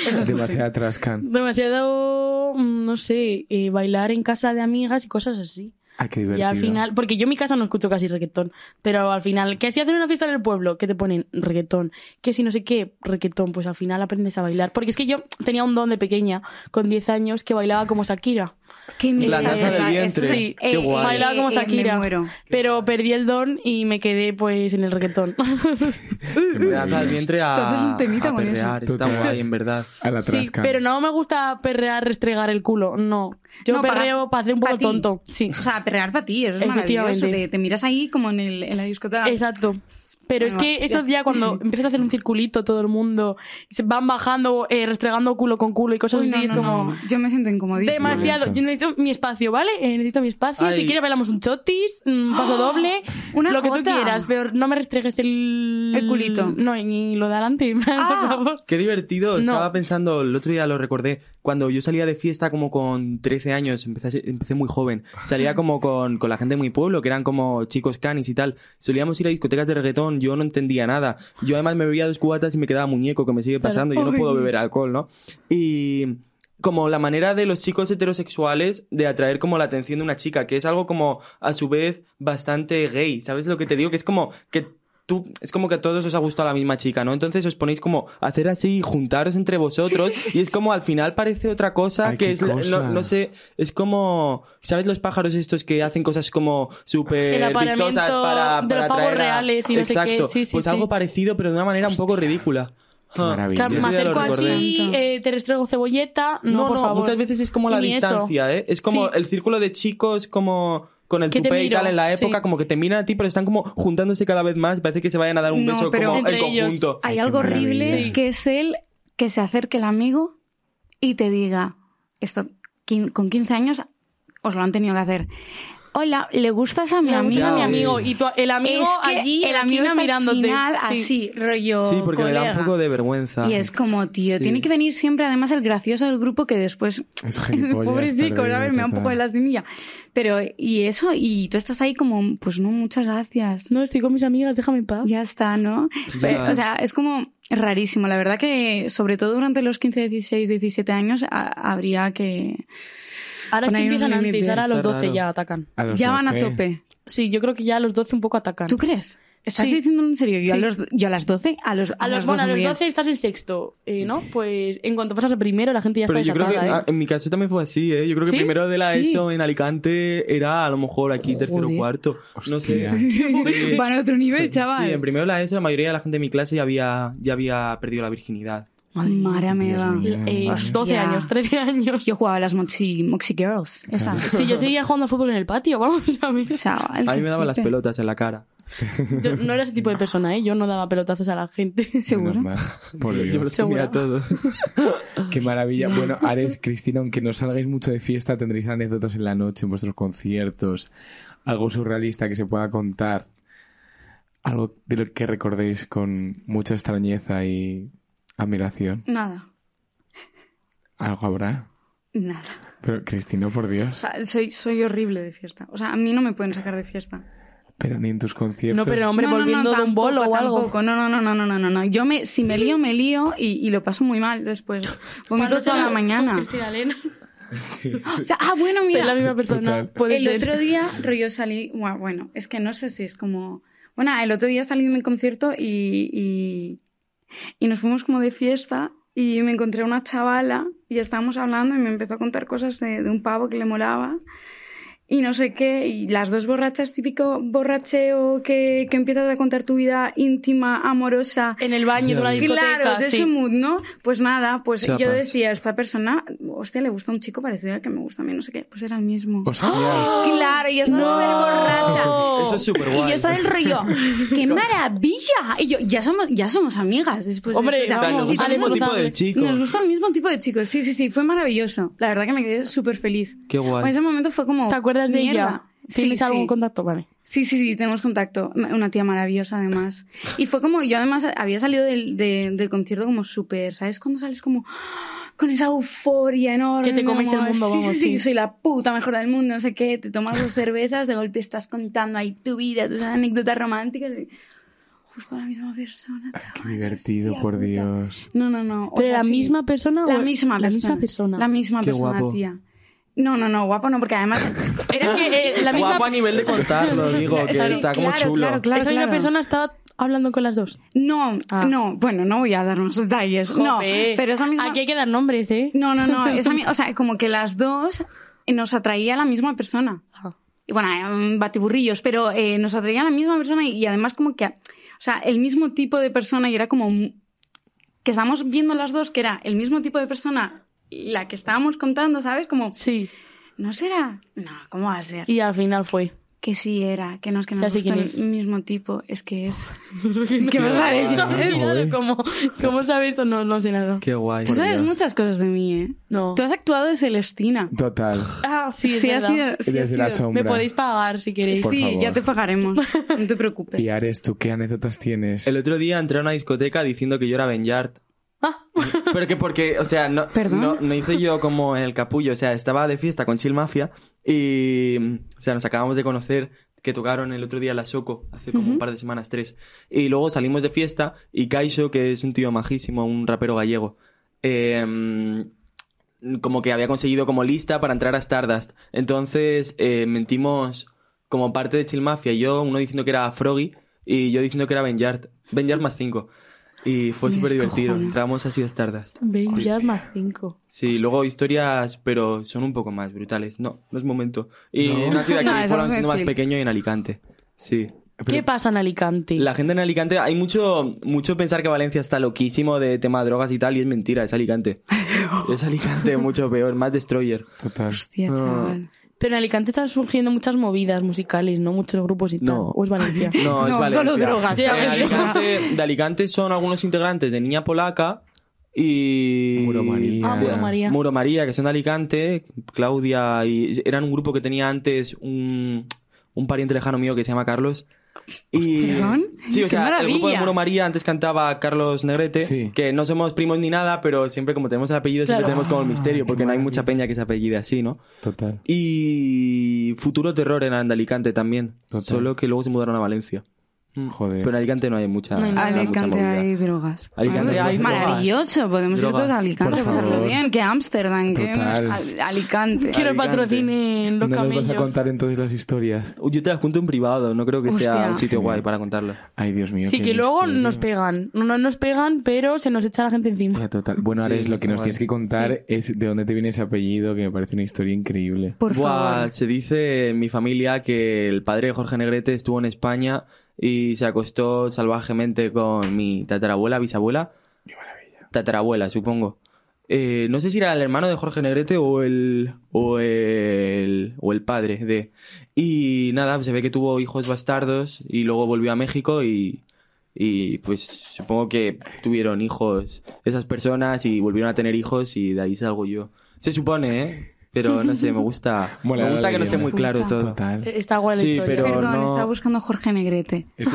total. Demasiada trascan. Demasiado, mm, no sé, eh, bailar en casa de amigas y cosas así. Ah, qué divertido. Y al final, porque yo en mi casa no escucho casi reggaetón, pero al final, que si hacen una fiesta en el pueblo, que te ponen reggaetón, que si no sé qué, reggaetón, pues al final aprendes a bailar. Porque es que yo tenía un don de pequeña, con 10 años, que bailaba como Shakira. Qué La envidia, danza de del verdad, vientre. Sí, Qué guay. bailaba como Shakira. Eh, me muero. Pero perdí el don y me quedé pues en el reggaetón. Me das al vientre a, Tú haces un temita a con eso. perrear, está Total. guay, en verdad. A la sí, trasca. pero no me gusta perrear, restregar el culo, no. Yo No, para- perreo para hacer un pa' poco ti. tonto. Sí, O sea, perrear para ti, eso es Efectivamente. maravilloso. Te, te miras ahí como en, el, en la discoteca. exacto. Pero es Ah. Bueno, que ya eso está. ya cuando empiezas a hacer un circulito todo el mundo, y se van bajando, eh, restregando culo con culo y cosas Uy, no, así, es no, como... no. Yo me siento incomodísima. Demasiado. Yo necesito mi espacio, ¿vale? Eh, necesito mi espacio. Ay. Si quieres, bailamos un chotis, un paso doble, Una lo que tú jota. quieras, pero no me restregues el... El culito. No, ni lo de adelante, Ah. por favor. Qué divertido, No. estaba pensando, el otro día lo recordé, cuando yo salía de fiesta como con 13 años, empecé, a ser- empecé muy joven, salía como con, con la gente de mi pueblo, que eran como chicos canis y tal, solíamos ir a discotecas de reggaetón, yo no entendía nada, yo además me bebía dos cubatas y me quedaba muñeco, que me sigue pasando, yo no puedo beber alcohol, ¿no? Y como la manera de los chicos heterosexuales de atraer como la atención de una chica, que es algo como a su vez bastante gay, ¿sabes lo que te digo? Que es como que tú, es como que a todos os ha gustado la misma chica, ¿no? Entonces os ponéis como a hacer así, juntaros entre vosotros y es como al final parece otra cosa Ay, que qué es, la- cosa. No, no sé, es como, ¿sabes los pájaros estos que hacen cosas como El súper apareamiento vistosas para, de para los pavos atraer a- reales y no sé qué, Exacto, sí, sí, pues sí. algo parecido pero de una manera un poco ridícula. Qué Ah. maravilla. Claro, Yo me ya lo acerco recordé. así, eh, te restrego cebolleta. No, No, no, por favor. muchas veces es como Y la ni eso. distancia, ¿eh? Es como Sí. el círculo de chicos como con el Que te tupé y miro, tal en la época, sí. como que te miran a ti, pero están como juntándose cada vez más. Parece que se vayan a dar un No, beso pero- como en Entre ellos. conjunto. Hay Ay, qué algo maravilla. horrible que es el que se acerque el amigo y te diga, esto quin- con 15 años os lo han tenido que hacer. Hola, ¿le gustas a mi Me amigo? gusta mi Ya amigo. ves. Y tú, el amigo es que allí, en el la amigo esquina está mirándote. al final Sí. así, rollo Sí, porque le da colega. un poco de vergüenza. Y es como, tío, Sí. tiene que venir siempre además el gracioso del grupo que después Es gilipollas, Pobrecito, perdido, a ver, me da un total. poco de lastimilla. Pero, y eso, y tú estás ahí como, pues no, muchas gracias. No, estoy con mis amigas, déjame en paz. Ya está, ¿no? Ya. Pero, o sea, es como rarísimo. La verdad que, sobre todo durante los 15, 16, 17 años, a- habría que... Ahora es que Poner unos empiezan antes, límites. ahora a los Está 12 raro. ya atacan. A los Ya van a 12. tope. Sí, yo creo que ya a los 12 un poco atacan. ¿Tú crees? ¿Estás Sí. diciendo en serio? Yo, a Sí. los, yo a las 12, a los, A los, las bueno, a 12 los muy 12 estás en sexto, eh, ¿no? Pues en cuanto pasas a primero, la gente ya Pero está yo creo que desatada, ¿eh? ¿eh? ah, en mi caso también fue así, ¿eh? Yo creo que ¿Sí? primero de la Sí. ESO en Alicante era a lo mejor aquí tercero o Joder. cuarto. No Hostia. sé. bien. Sí. Van a otro nivel, Sí, en chaval. primero de la ESO la mayoría de la gente de mi clase ya había, ya había perdido la virginidad. Madre mía. Mara me Dios va. mío. Eh, Mm, Hostia. 12 años, 13 años. Yo jugaba a las Moxie, Moxie Girls, esas. Sí, yo seguía jugando al fútbol en el patio, vamos a ver. Chaval, A mí qué me daban las flipe. pelotas en la cara. Yo no era ese tipo de persona, ¿eh? Yo no daba pelotazos a la gente. Seguro. Menos mal. Por Dios. Yo los comía a Seguro. todos. Qué maravilla. Bueno, Ares, Cristina, aunque no salgáis mucho de fiesta, tendréis anécdotas en la noche, en vuestros conciertos, algo surrealista que se pueda contar, algo de lo que recordéis con mucha extrañeza y admiración. Nada, Algo habrá. nada. Pero, Cristina, por O Dios, sea, soy, soy horrible de fiesta. O sea, a mí no me pueden sacar de fiesta. pero ni en tus conciertos. No, pero hombre, No, no, no, volviendo de un tampoco, bolo o algo. tampoco. No, no, no, no, no, no, no, no. Yo me, si me lío, me lío y, y lo paso muy mal después. Vomito toda la mañana. O sea, ah, bueno, Soy mira. la misma persona. Total. Puede el ser. otro día rollo salí, bueno, bueno, es que no sé si es como... Bueno, el otro día salí de mi concierto y, y, y nos fuimos como de fiesta y me encontré una chavala y estábamos hablando y me empezó a contar cosas de, de un pavo que le molaba y no sé qué, y las dos borrachas, típico borracheo que, que empiezas a contar tu vida íntima, amorosa, En el baño de una discoteca. Claro, de sí. ese mood, ¿no? Pues nada, pues Chapas. yo decía, esta persona, hostia, le gusta un chico parecido al que me gusta a mí, no sé qué, pues era el mismo. Hostias. Claro, y yo estaba No. súper borracha. Oh. Eso es súper Y yo guay. estaba del rollo, ¡qué maravilla! Y yo, ya somos, ya somos amigas después de Hombre, esto, o sea, vamos, si nos gusta el tenemos- mismo tipo disfrutable. de chico. nos gusta el mismo tipo de chicos, sí, sí, sí, fue maravilloso. La verdad que me quedé súper feliz. Qué guay. En ese momento fue como... ¿Te acuerdas de ella? mierda. ¿Tienes algún sí. contacto? Vale. Sí, sí, sí, tenemos contacto. Una tía maravillosa, además. Y fue como, yo además había salido del, de- del concierto como súper, ¿sabes? Cuando sales como ¡ah! con esa euforia enorme. Que te comes el amor. mundo, sí, vamos, sí, sí, sí. soy la puta mejor del mundo, no sé qué. Te tomas dos cervezas, de golpe estás contando ahí tu vida, tus anécdotas románticas. y- Justo la misma persona, Ah, chaval, Qué divertido, hostia por puta. Dios. No, no, no. o ¿Pero sea, la sí. misma persona? La o- misma La persona. misma persona. La misma Qué persona, guapo. tía. No, no, no, guapo no, porque además... Es que eh, la misma... Guapo a nivel de contarlo, digo, que Sí, está como claro, chulo. claro, claro. esa misma persona está hablando con las dos. No, Ah. no, bueno, no voy a dar unos detalles. No, Jope. pero esa misma. Aquí hay que dar nombres, ¿eh? No, no, no. Esa mi- O sea, como que las dos nos atraía a la misma persona. Ajá. Y bueno, eran batiburrillos, pero eh, nos atraía a la misma persona y, y además como que, o sea, el mismo tipo de persona y era como mu- que estábamos viendo las dos que era el mismo tipo de persona la que estábamos contando, ¿sabes? Como, Sí. ¿no será? No, ¿cómo va a ser? Y al final fue. Que sí era, que no es que Ya nos sé gusta quién es. el mismo tipo, es que es... ¿Qué vas a Ay, decir? no. Claro, como, ¿cómo sabes? No, no sé nada. Qué guay. Tú por sabes Dios. muchas cosas de mí, ¿eh? No. Tú has actuado de Celestina. Total. Ah, sí, es ha verdad. sido- sí ha Desde la sido. sombra. Me podéis pagar si queréis. Por sí, favor. ya te pagaremos. No te preocupes. Y Ares, ¿tú qué anécdotas tienes? El otro día entré a una discoteca diciendo que yo era Ben Yard. Ah. Pero que porque, o sea, no, ¿Perdón? no, no hice yo como el capullo. O sea, estaba de fiesta con Chill Mafia y, o sea, nos acabamos de conocer que tocaron el otro día la Soco, hace como un par de semanas, tres. Y luego salimos de fiesta y Kaisho, que es un tío majísimo, un rapero gallego, eh, como que había conseguido como lista para entrar a Stardust. Entonces eh, mentimos como parte de Chill Mafia, yo uno diciendo que era Froggy y yo diciendo que era Ben Yard. Ben Yard más cinco. Y fue Me súper divertido. descojona. Entramos así a Stardust. Veis, ya más cinco. Sí, luego historias, pero son un poco más brutales. No, no es momento. Y No. no, ha sido aquí, No, eso no fueron es siendo más chill. pequeño y en Alicante. Sí. ¿Qué pasa en Alicante? La gente en Alicante, hay mucho, mucho pensar que Valencia está loquísimo de tema de drogas y tal, y es mentira, es Alicante. es Alicante mucho peor, más destroyer. Total. Hostia, chaval. Pero en Alicante están surgiendo muchas movidas musicales, ¿no? Muchos grupos y tal. No. O es Valencia. No, es No, Valencia. solo drogas. De Ya ves. Alicante, de Alicante son algunos integrantes de Niña Polaca y... Muro María. Ah, Muro María. Muro María, que son de Alicante, Claudia y... Eran un grupo que tenía antes un, un pariente lejano mío que se llama Carlos. Y... Hostión, Sí, o qué sea, el grupo de maravilla. Muro María antes cantaba Carlos Negrete, Sí. que no somos primos ni nada, pero siempre como tenemos el apellido siempre Claro. tenemos como el misterio, Ah, qué porque no hay maravilla. mucha peña que se apellide así, ¿no? Total. Y Futuro Terror en Alicante también. Total. Solo que luego se mudaron a Valencia. Mm. Joder. Pero en Alicante no hay mucha. No hay nada. mucha Alicante movida. hay drogas. Alicante Ah, hay es maravilloso. Podemos Drogas. ir todos a Alicante, Por pasarlo favor. bien. Que Ámsterdam, que Total. Al- Alicante. Quiero Alicante. patrocinen No los nos camellos. vas a contar entonces las historias. Yo te las cuento en privado, no creo que sea Hostia. un sitio Genial. guay para contarlo. Ay, Dios mío. sí, qué que luego misterio. nos pegan. No no nos pegan, pero se nos echa la gente encima. Ya, total. Bueno, Sí, Ares, lo que está nos guay. tienes que contar es de dónde te viene ese apellido, que me parece una historia increíble. Por Buah, favor. Se dice en mi familia que el padre de Jorge Negrete estuvo en España y se acostó salvajemente con mi tatarabuela, bisabuela. Qué maravilla. tatarabuela, supongo. Eh, no sé si era el hermano de Jorge Negrete o el, o el, o el padre de... Y nada, se ve que tuvo hijos bastardos y luego volvió a México y, y pues supongo que tuvieron hijos esas personas y volvieron a tener hijos y de ahí salgo yo. Se supone, ¿eh? Pero no sé, me gusta, Mola me la gusta que leyenda. no esté muy claro todo. Total. Eh, Está guay la Sí, historia. pero Perdón, no- estaba buscando a Jorge Negrete. Es,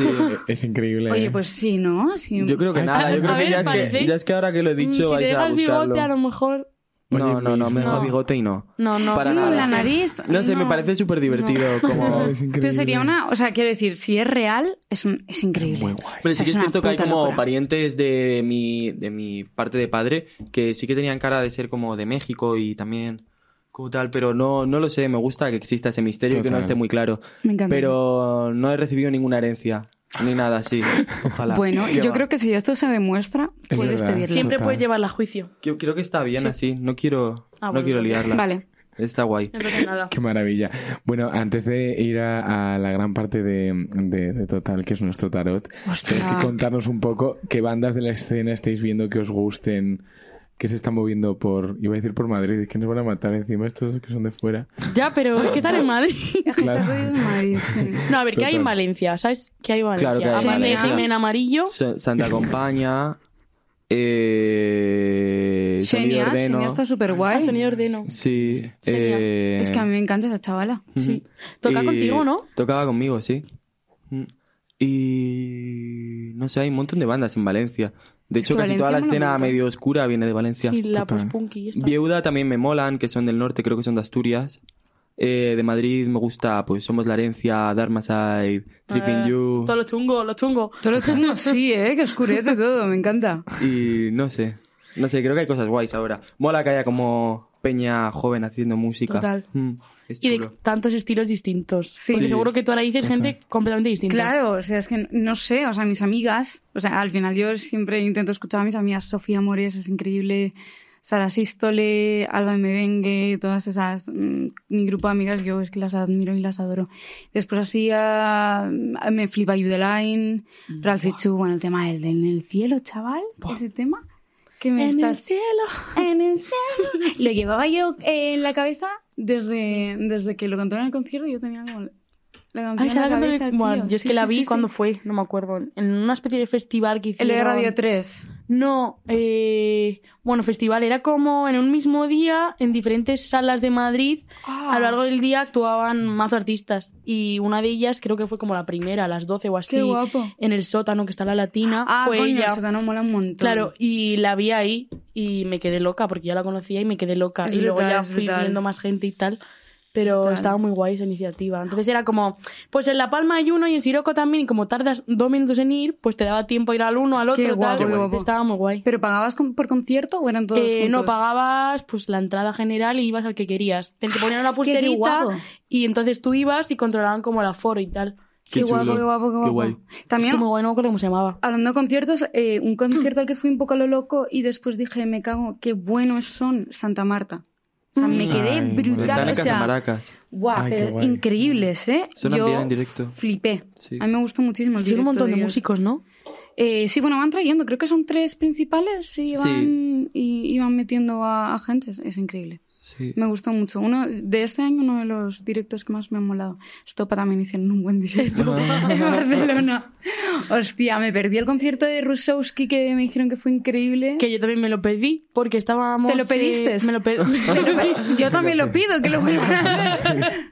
es increíble. ¿eh? Oye, pues sí, ¿no? Sí. Yo creo que Ay, nada, a- yo creo a que, ver, ya es que parece- ya es que ahora que lo he dicho Mm, si te vais a dejas bigote, a buscarlo. lo mejor... No, Oye, no, no, Luis, me dejo no. bigote y no. No, no. Para Yo no, nada. Mm, la nariz. No sé, me no. parece súper divertido. Como... Es increíble. Pero sería una. O sea, quiero decir, si es real, es, un- es increíble. Muy guay. Pero sí O sea, que es es una cierto que hay puta como locura. parientes de mi, de mi parte de padre que sí que tenían cara de ser como de México y también como tal, pero no, no lo sé, me gusta que exista ese misterio y que no Total. esté muy claro. Me encanta. Pero no he recibido ninguna herencia ni nada así. Ojalá. Bueno, Qué yo va. creo que si esto se demuestra, Es puedes verdad. pedirlo. Siempre Total. puedes llevarla a juicio. Yo creo que está bien Sí. así, no quiero, Ah, no bueno, quiero entonces- liarla. Vale. Está guay. Entonces nada. Qué maravilla. Bueno, antes de ir a, a la gran parte de, de- de Total, que es nuestro tarot, tenéis Ah. que contarnos un poco qué bandas de la escena estáis viendo que os gusten, que se están moviendo por, iba a decir por Madrid, es que nos van a matar encima estos que son de fuera. Ya, pero es que están en Madrid. Claro. Estás en Madrid, sí. No, a ver, ¿qué hay en Total. Valencia? ¿Sabes qué hay en Valencia? Claro que hay en Aparte Valencia. de Jimena Amarillo. Sa- Santa Compaña, eh, Sonido Xenia, Ordeno. Xenia está súper Ah, guay. sonido ordeno. Sí. Xenia. eh, Es que a mí me encanta esa chavala. Sí. Ujú. Toca Y contigo, ¿no? Tocaba conmigo, sí. Mm. Y no sé, hay un montón de bandas en Valencia. De Es hecho, que Valencia casi toda la mola un escena montón. medio oscura viene de Valencia. Sí, la Total. post-punky. esta. Viuda también me molan, que son del norte, creo que son de Asturias. Eh, de Madrid me gusta, pues Somos la Herencia, Dharma Side, Tripping Ah, Eh, You. Todo lo chungo, lo chungo. Todo lo chungo, sí, ¿eh? Que oscurece todo, me encanta. Y no sé, no sé, creo que hay cosas guays ahora. Mola que haya como peña joven haciendo música. Total. Mm, es Y de chulo. tantos estilos distintos. Sí. Porque Sí. seguro que tú ahora dices gente completamente distinta. Claro, o sea, es que no sé, o sea, mis amigas, o sea, al final yo siempre intento escuchar a mis amigas, Sofía Mores es increíble, Sara Sístole, Alba Mebengue, todas esas, mm, mi grupo de amigas, yo es que las admiro y las adoro. Después así ah, me flipa Udeline, Mm, Ralph Fichu, bueno, el tema del, del en el cielo, chaval, ese tema. Que me En el estás... cielo. En el cielo. Lo llevaba yo eh, en la cabeza desde, desde que lo cantó en el concierto. Yo tenía como la canción Ay, en la Sara Cantore- cabeza, Bueno, tío. yo es Sí, que la sí, vi sí, sí. cuando fue, no me acuerdo, en una especie de festival que El hicieron. de Radio 3. No, eh, bueno, festival era como en un mismo día, en diferentes salas de Madrid, Ah, a Ah. lo largo del día actuaban mazo artistas y una de ellas creo que fue como la primera, a las 12 o así, Qué guapo. en el sótano que está la latina, Ah, fue coño, ella. el sótano mola un montón. Claro, y la vi ahí y me quedé loca porque ya la conocía y me quedé loca. Es y luego brutal, ya es fui brutal. viendo más gente y tal. Pero Brutal. estaba muy guay esa iniciativa. Entonces era como, pues en La Palma hay uno y en Siroco también. Y como tardas dos minutos en ir, pues te daba tiempo a ir al uno, al otro. Qué guapo, tal. qué guapo. Estaba muy guay. ¿Pero pagabas con- por concierto o eran todos Eh, no, juntos? Ah, pagabas pues la entrada general y ibas al que querías. Te te ponían una Es que qué pulserita guapo. y entonces tú ibas y controlaban como el aforo y tal. Qué, Qué guapo, chulo. qué guapo, qué Qué guapo. guay. Es que También, Ah, muy guay, no me acuerdo cómo se llamaba. hablando de conciertos, eh, un concierto al que fui un poco a lo loco y después dije, me cago, qué buenos son Santa Marta. O sea, me quedé Ay, brutal. Están O en sea, Casamaracas. guau, Ay, qué pero guay. increíbles, ¿eh? Suenan Yo bien en directo. flipé. Sí. A mí me gustó muchísimo el Hicieron un directo montón de ellos. músicos, ¿no? Eh, sí, bueno, van trayendo, creo que son tres principales y van, y, y van metiendo a, a gente. Es- es increíble. Sí. Me gustó mucho. Uno de este año, uno de los directos que más me han molado. Estopa también hicieron un buen directo Ah. en Barcelona. Hostia, me perdí el concierto de Rusowski que me dijeron que fue increíble. Que yo también me lo pedí porque estábamos... ¿Te lo eh, pediste? me lo pe- Pero me- yo también lo pido, que lo voy a hacer.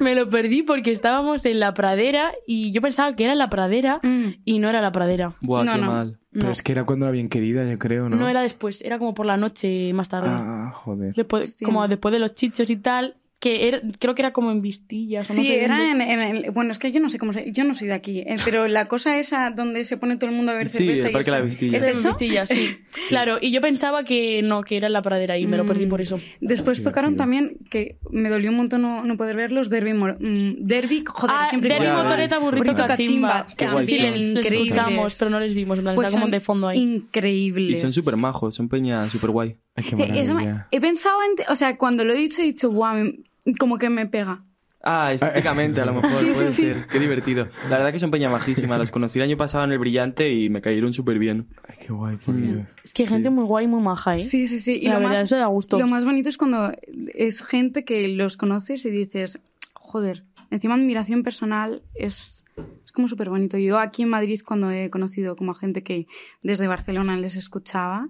Me lo perdí porque estábamos en la pradera y yo pensaba que era la pradera Mm. y no era la pradera. Buah, No, qué no. mal. Pero No. es que era cuando era bien querida, yo creo, ¿no? No era después, era como por la noche más tarde. Ah, joder. Después- Hostia. como después de los chichos y tal, que era- creo que era como en Vistillas. o no Sí, sé Ah. era dónde. en, en el... Bueno, es que yo no sé cómo se... Yo no soy de aquí, eh, pero la cosa esa donde se pone todo el mundo a ver Sí, cerveza el y Parque está- La Vistilla. ¿Es en eso? Vistillas, sí. Claro, y yo pensaba que no, que era en la pradera y me lo perdí por eso. Después tocaron Divertido. también, que me dolió un montón no, no poder verlos, Derby, Mor- mm, Derby joder, ah, siempre Derby Ya, Motoreta, ves. Burrito Burrito Cachimba. Cachimba. Que Qué guay sí son. les, les Increíbles. escuchamos, pero no les vimos. en plan, Pues está como son de fondo ahí. Increíbles. Y son súper majos, son peña súper guay. Ay, qué Te- eso me- maravilla. he pensado en. O sea, cuando lo he dicho, he dicho, guau, me- como que me pega. Ah, estéticamente a lo mejor, Sí, sí, puede sí. ser. Qué divertido. La verdad que son peña majísima. Los conocí el año pasado en El Brillante y me cayeron súper bien. Ay, qué guay, por Dios. Es que hay gente muy guay y muy maja, ¿eh? Sí, sí, sí. Y La lo, verdad, más, eso da gusto. lo más bonito es cuando es gente que los conoces y dices, joder, encima admiración personal es, es como súper bonito. Yo aquí en Madrid, cuando he conocido como a gente que desde Barcelona les escuchaba,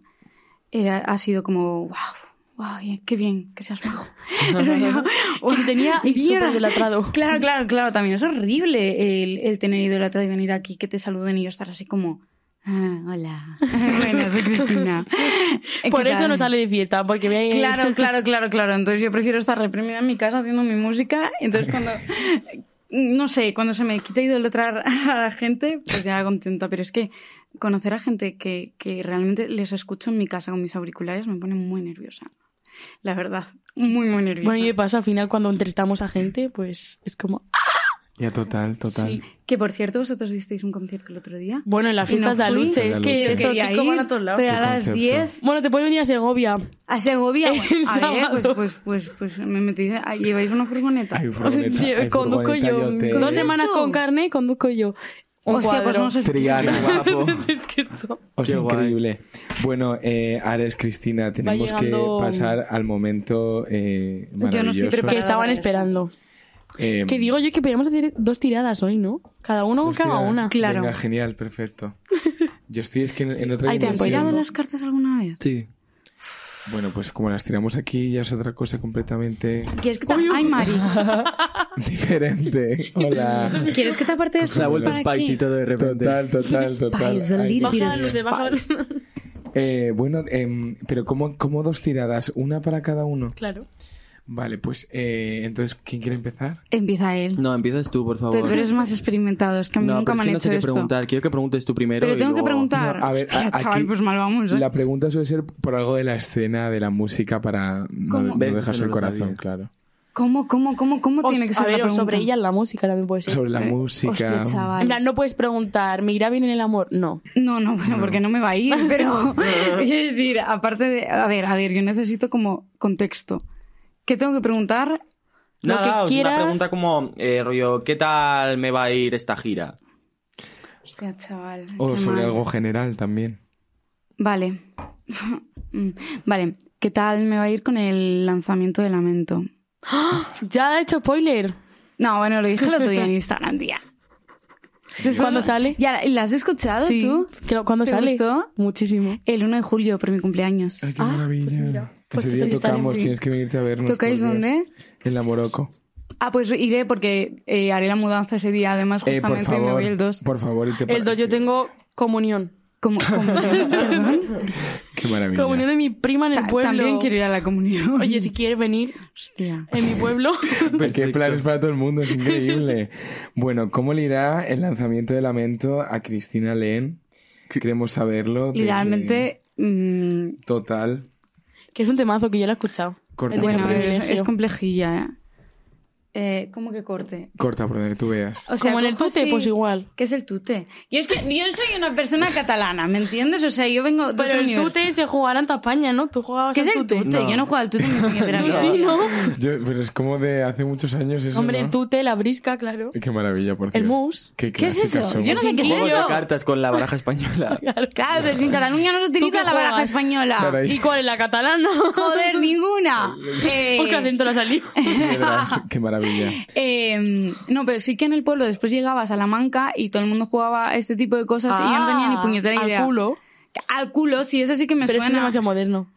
era, ha sido como, wow. Wow, qué bien, que seas majo. Que te tenía Mierda. súper idolatrado. Claro, claro, claro. También es horrible el, el tener idolatrado y venir aquí, que te saluden y yo estar así como... "Ah, hola. bueno, soy Cristina. ¿Qué Por eso tal? no sale de fiesta, porque ve ahí- Claro, claro, claro, claro. Entonces yo prefiero estar reprimida en mi casa haciendo mi música. Entonces cuando... No sé, cuando se me quita idolatrar a la gente, pues ya contenta. Pero es que conocer a gente que, que realmente les escucho en mi casa con mis auriculares me pone muy nerviosa. La verdad, muy, muy nerviosa. Bueno, y me pasa al final cuando entrevistamos a gente, pues es como. ¡ah! Ya, total, total. Sí. Que por cierto, vosotros disteis un concierto el otro día. Bueno, en las Y no fiestas de fui. Aluche, Fiestas es de que Aluche. estos Quería chicos ir, van a todos lados. Pero a Qué las concepto. 10 Bueno, te puedes venir a Segovia. a Segovia. El a ver, pues, sábado. pues, pues, pues me metís. ah, ¿Lleváis una furgoneta? Hay furgoneta, Yo- hay conduzco furgoneta, yo. hay hoteles. Dos semanas ¿Esto? con carne, conduzco yo. Un Hostia, pues cuadro. no sé si- Triana, guapo. Es que esto- O sea, Qué guay. increíble. Bueno, eh, Ares, Cristina, tenemos llegando- que pasar al momento eh, maravilloso. Yo no estoy que preparada. estaban Para esperando. Eh, Que digo yo que podíamos hacer dos tiradas hoy, ¿no? Cada uno hostia, cada una. Claro. Venga, genial, perfecto. Yo estoy es que en, en otra Ahí te han ¿Te han dimensión. tirado las cartas alguna vez? Sí. Bueno, pues como las tiramos aquí ya es otra cosa completamente ¿Quieres que te... Ay, Mari. diferente. Hola. ¿Quieres que te aparte de Se ha vuelto para aquí? todo de Total, total, total. Spice, a Ay, little qué bit Baja la Mira, luz, los baja la luz. Eh, bueno, em, pero ¿cómo, ¿cómo dos tiradas? ¿Una para cada uno? Claro. Vale, pues eh, entonces, ¿quién quiere empezar? Empieza él. No, empiezas tú, por favor. Pero tú eres más experimentado, es que a mí no, nunca me pero han es que no sé hecho qué esto. preguntar. Quiero que preguntes tú primero. Pero y tengo que luego- preguntar. No, a ver, Hostia, a- chaval, aquí- pues mal vamos. ¿eh? La pregunta suele ser por algo de la escena, de la música, para no, ¿Cómo? no ¿Ves? dejarse Eso el no lo corazón, sabía. claro. ¿Cómo, cómo, cómo, cómo O- tiene que a ser la ver, o pregunta? Eh, sobre ella en la música también puede ser. Sobre la Sí. música. Hostia, chaval. En plan, no puedes preguntar, ¿me irá bien en el amor? No. No, no, bueno, porque no me va a ir, pero es decir, aparte de, a ver, a ver, yo necesito como contexto. ¿Qué tengo que preguntar? Lo que Nada, os quieras. una pregunta como, eh, rollo, ¿qué tal me va a ir esta gira? Hostia, chaval. O qué sobre mal. algo general también. Vale. Mm, vale, ¿qué tal me va a ir con el lanzamiento de Lamento? Ya ha hecho spoiler. No, bueno, lo dije el otro día en Instagram, tía. ¿Cuándo sale? ¿Ya la has escuchado Sí. tú? Que- ¿Cuándo ¿Te sale? gustó? Muchísimo. El 1 de julio, por mi cumpleaños. Ay, qué Ah, maravilla. pues mira. Ese Pues día sí, está tocamos, bien. tienes que venirte a vernos. pues, eh, ¿Tocáis por Dios. ¿eh? dónde? En la Morocco. Ah, pues iré porque eh, haré la mudanza ese día. Además, Pues Eh, por justamente me favor. voy el 2. Por favor, y te El 2 yo parece. tengo comunión. Como, como- perdón. Qué maravilla. Comunión de mi prima en el Ta- pueblo. También quiero ir a la comunión. Oye, si quieres venir Hostia. en mi pueblo. Pero Qué Perfecto. planes para todo el mundo, es increíble. bueno, ¿cómo le irá el lanzamiento de Lamento a Cristina Leen? Queremos saberlo. desde- Literalmente, mm, Total. que es un temazo que yo lo he escuchado. Corta El por de bueno, donde- a ver, es, privilegio. es complejilla, ¿eh? Eh, ¿Cómo que corte? Corta por donde tú veas. O sea, Como en el cojo tute, así- pues igual. ¿Qué es el tute? Y es que yo soy una persona catalana, ¿me entiendes? O sea, yo vengo de Pero otro el universo. tute se jugará en España, ¿no? Tú jugabas ¿Qué al es el tute? No. Yo no juego al tute en mi puñetera Tú vida. sí, ¿no? Yo- pero es como de hace muchos años eso. Hombre, el ¿no? tute, la brisca, claro. Qué maravilla, por El Dios. mus. Qué, ¿Qué es clásicas eso? somos. Yo no sé qué es Juego de eso. cartas con la baraja española. Claro, pero es que en Cataluña no se utiliza qué la baraja juegas? española. Caray. ¿Y cuál es la catalana? Joder, ninguna. Eh, Porque acento la salió. Piedras, Qué maravilla. eh, no, pero sí que en el pueblo después llegaba a Salamanca y todo el mundo jugaba a este tipo de cosas y yo no tenía ni puñetera idea. Ah, Al culo. Al culo, sí, eso sí que me pero eso es suena. demasiado moderno.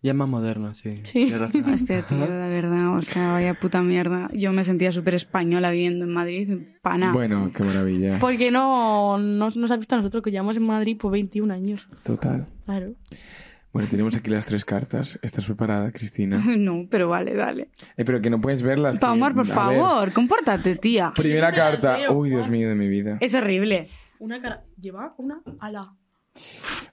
Ya es más moderno, sí. Sí. Tienes razón. Hostia, este tío, la verdad, o sea, vaya puta mierda. Yo me sentía súper española viviendo en Madrid, pana. Bueno, qué maravilla. Porque no, no nos ha visto a nosotros que llevamos en Madrid por 21 años. Total. Claro. Bueno, tenemos aquí las tres cartas. ¿Estás preparada, Cristina? No, pero vale, dale. Eh, pero que no puedes verlas. que- Palmar, por a ver. Pues favor, compórtate, tía. primera Yo me las carta. veo, Uy, Dios Juan. mío, de mi vida. Es horrible. Una cara. Lleva una ala.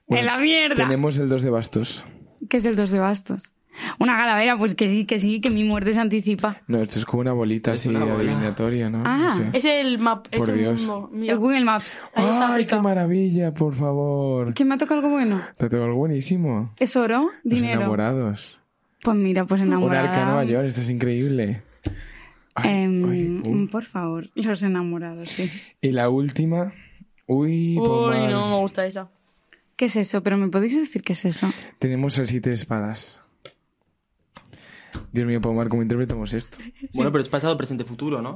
Bueno, en la mierda. Tenemos el dos de bastos. ¿Qué es el dos de bastos? Una calavera, pues que sí, que sí, que mi muerte se anticipa. No, esto es como una bolita Es así una bola. adivinatoria, ¿no? Ah. No sé. Es el map. es Por el Dios. mundo. Mira. El Google Maps. Ahí está ¡Ay, África. qué maravilla! Por favor. ¿Quién me ha tocado algo bueno? Te tengo algo buenísimo. ¿Es oro? Los ¿Dinero? enamorados. Pues mira, pues enamorada. Pues Un arca Nueva York, esto es increíble. Ay, uh. Em, ay, uy. Por favor, los enamorados, sí. Y la última. Uy, Uy, Pomar. no me gusta esa. ¿Qué es eso? ¿Pero me podéis decir qué es eso? Tenemos el siete de espadas. Dios mío, Pomar, ¿cómo interpretamos esto? Bueno, pero es pasado, presente, futuro, ¿no?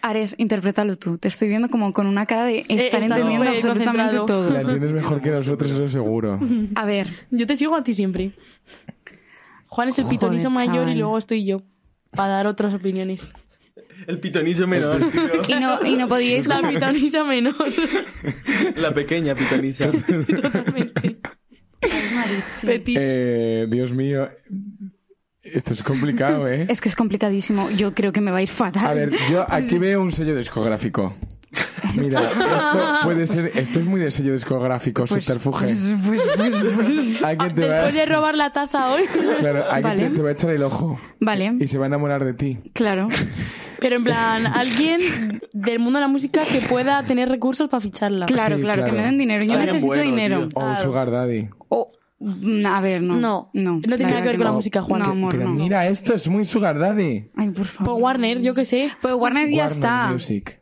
Ares, interprétalo tú. Te estoy viendo como con una cara de estar Eh, estás entendiendo súper absolutamente concentrado. todo. La entiendes mejor que nosotros, eso seguro. A ver, Yo te sigo a ti siempre. Juan es el Joder, pitonizo mayor chaval. y luego estoy yo. Para dar otras opiniones. El pitonizo menor, y no, y no podíais... La pitoniza menor. La pequeña pitoniza. Totalmente. Petit. Eh, Dios mío, esto es complicado, ¿eh? Es que es complicadísimo. Yo creo que me va a ir fatal. A ver, yo aquí veo un sello discográfico. Mira, esto puede ser, esto es muy de sello discográfico, subterfuge. pues, pues, pues, pues. Hay quien te va, Ah, Después de robar la taza hoy. claro, hay quien Vale. te- te va a echar el ojo Vale, y se va a enamorar de ti. claro. Pero en plan, alguien del mundo de la música que pueda tener recursos para ficharla. Claro, Sí, claro, que claro. me den dinero. Yo Alguien necesito bueno, dinero. tío. O un Claro. sugar daddy. O- mm, a ver, no. No, No, no tiene claro nada que ver con la no. música, Juan. No, amor, Pero no. mira, esto es muy sugar daddy. Ay, por favor. Por Warner, yo qué sé. Pues Warner ya Warner está. Music.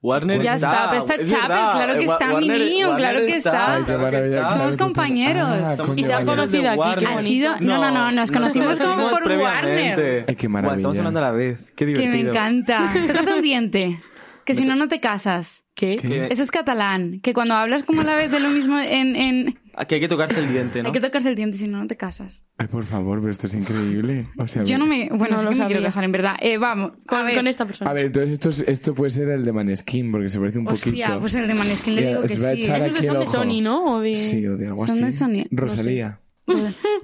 Warner Ya está, pero está es Chapel, verdad. claro que Wa- está, mi niño, claro que está. Ay, qué Ah, claro que maravilla. está. Somos compañeros. Ah, Somos coño, Y se han vale. conocido aquí, qué Ha bonito. sido... No, no, no, nos conocimos como por previamente. Warner. Ay, qué Guau, maravilla. estamos hablando a la vez. Qué Que divertido. me encanta. Tócate un diente. Que si no, no te casas. ¿Qué? Que, Eso es catalán. Que cuando hablas como a la vez de lo mismo en... en... que hay que tocarse el diente, ¿no? Hay que tocarse el diente, si no, no te casas. Ay, por favor, pero esto es increíble. O sea, Yo no mira. me... Bueno, No sí lo que me sabía. quiero casar, en verdad. Eh, vamos. a Con, ver. con esta A persona. ver, entonces esto, es- esto puede ser el de Maneskin, porque se parece un Hostia, poquito. pues el de Maneskin le Ya, digo os que va a sí. ¿eh? echar Esos que aquí son el de ojo. Sony, ¿no? O de... Sí, o de algo Son así. de Sony, no Rosalía.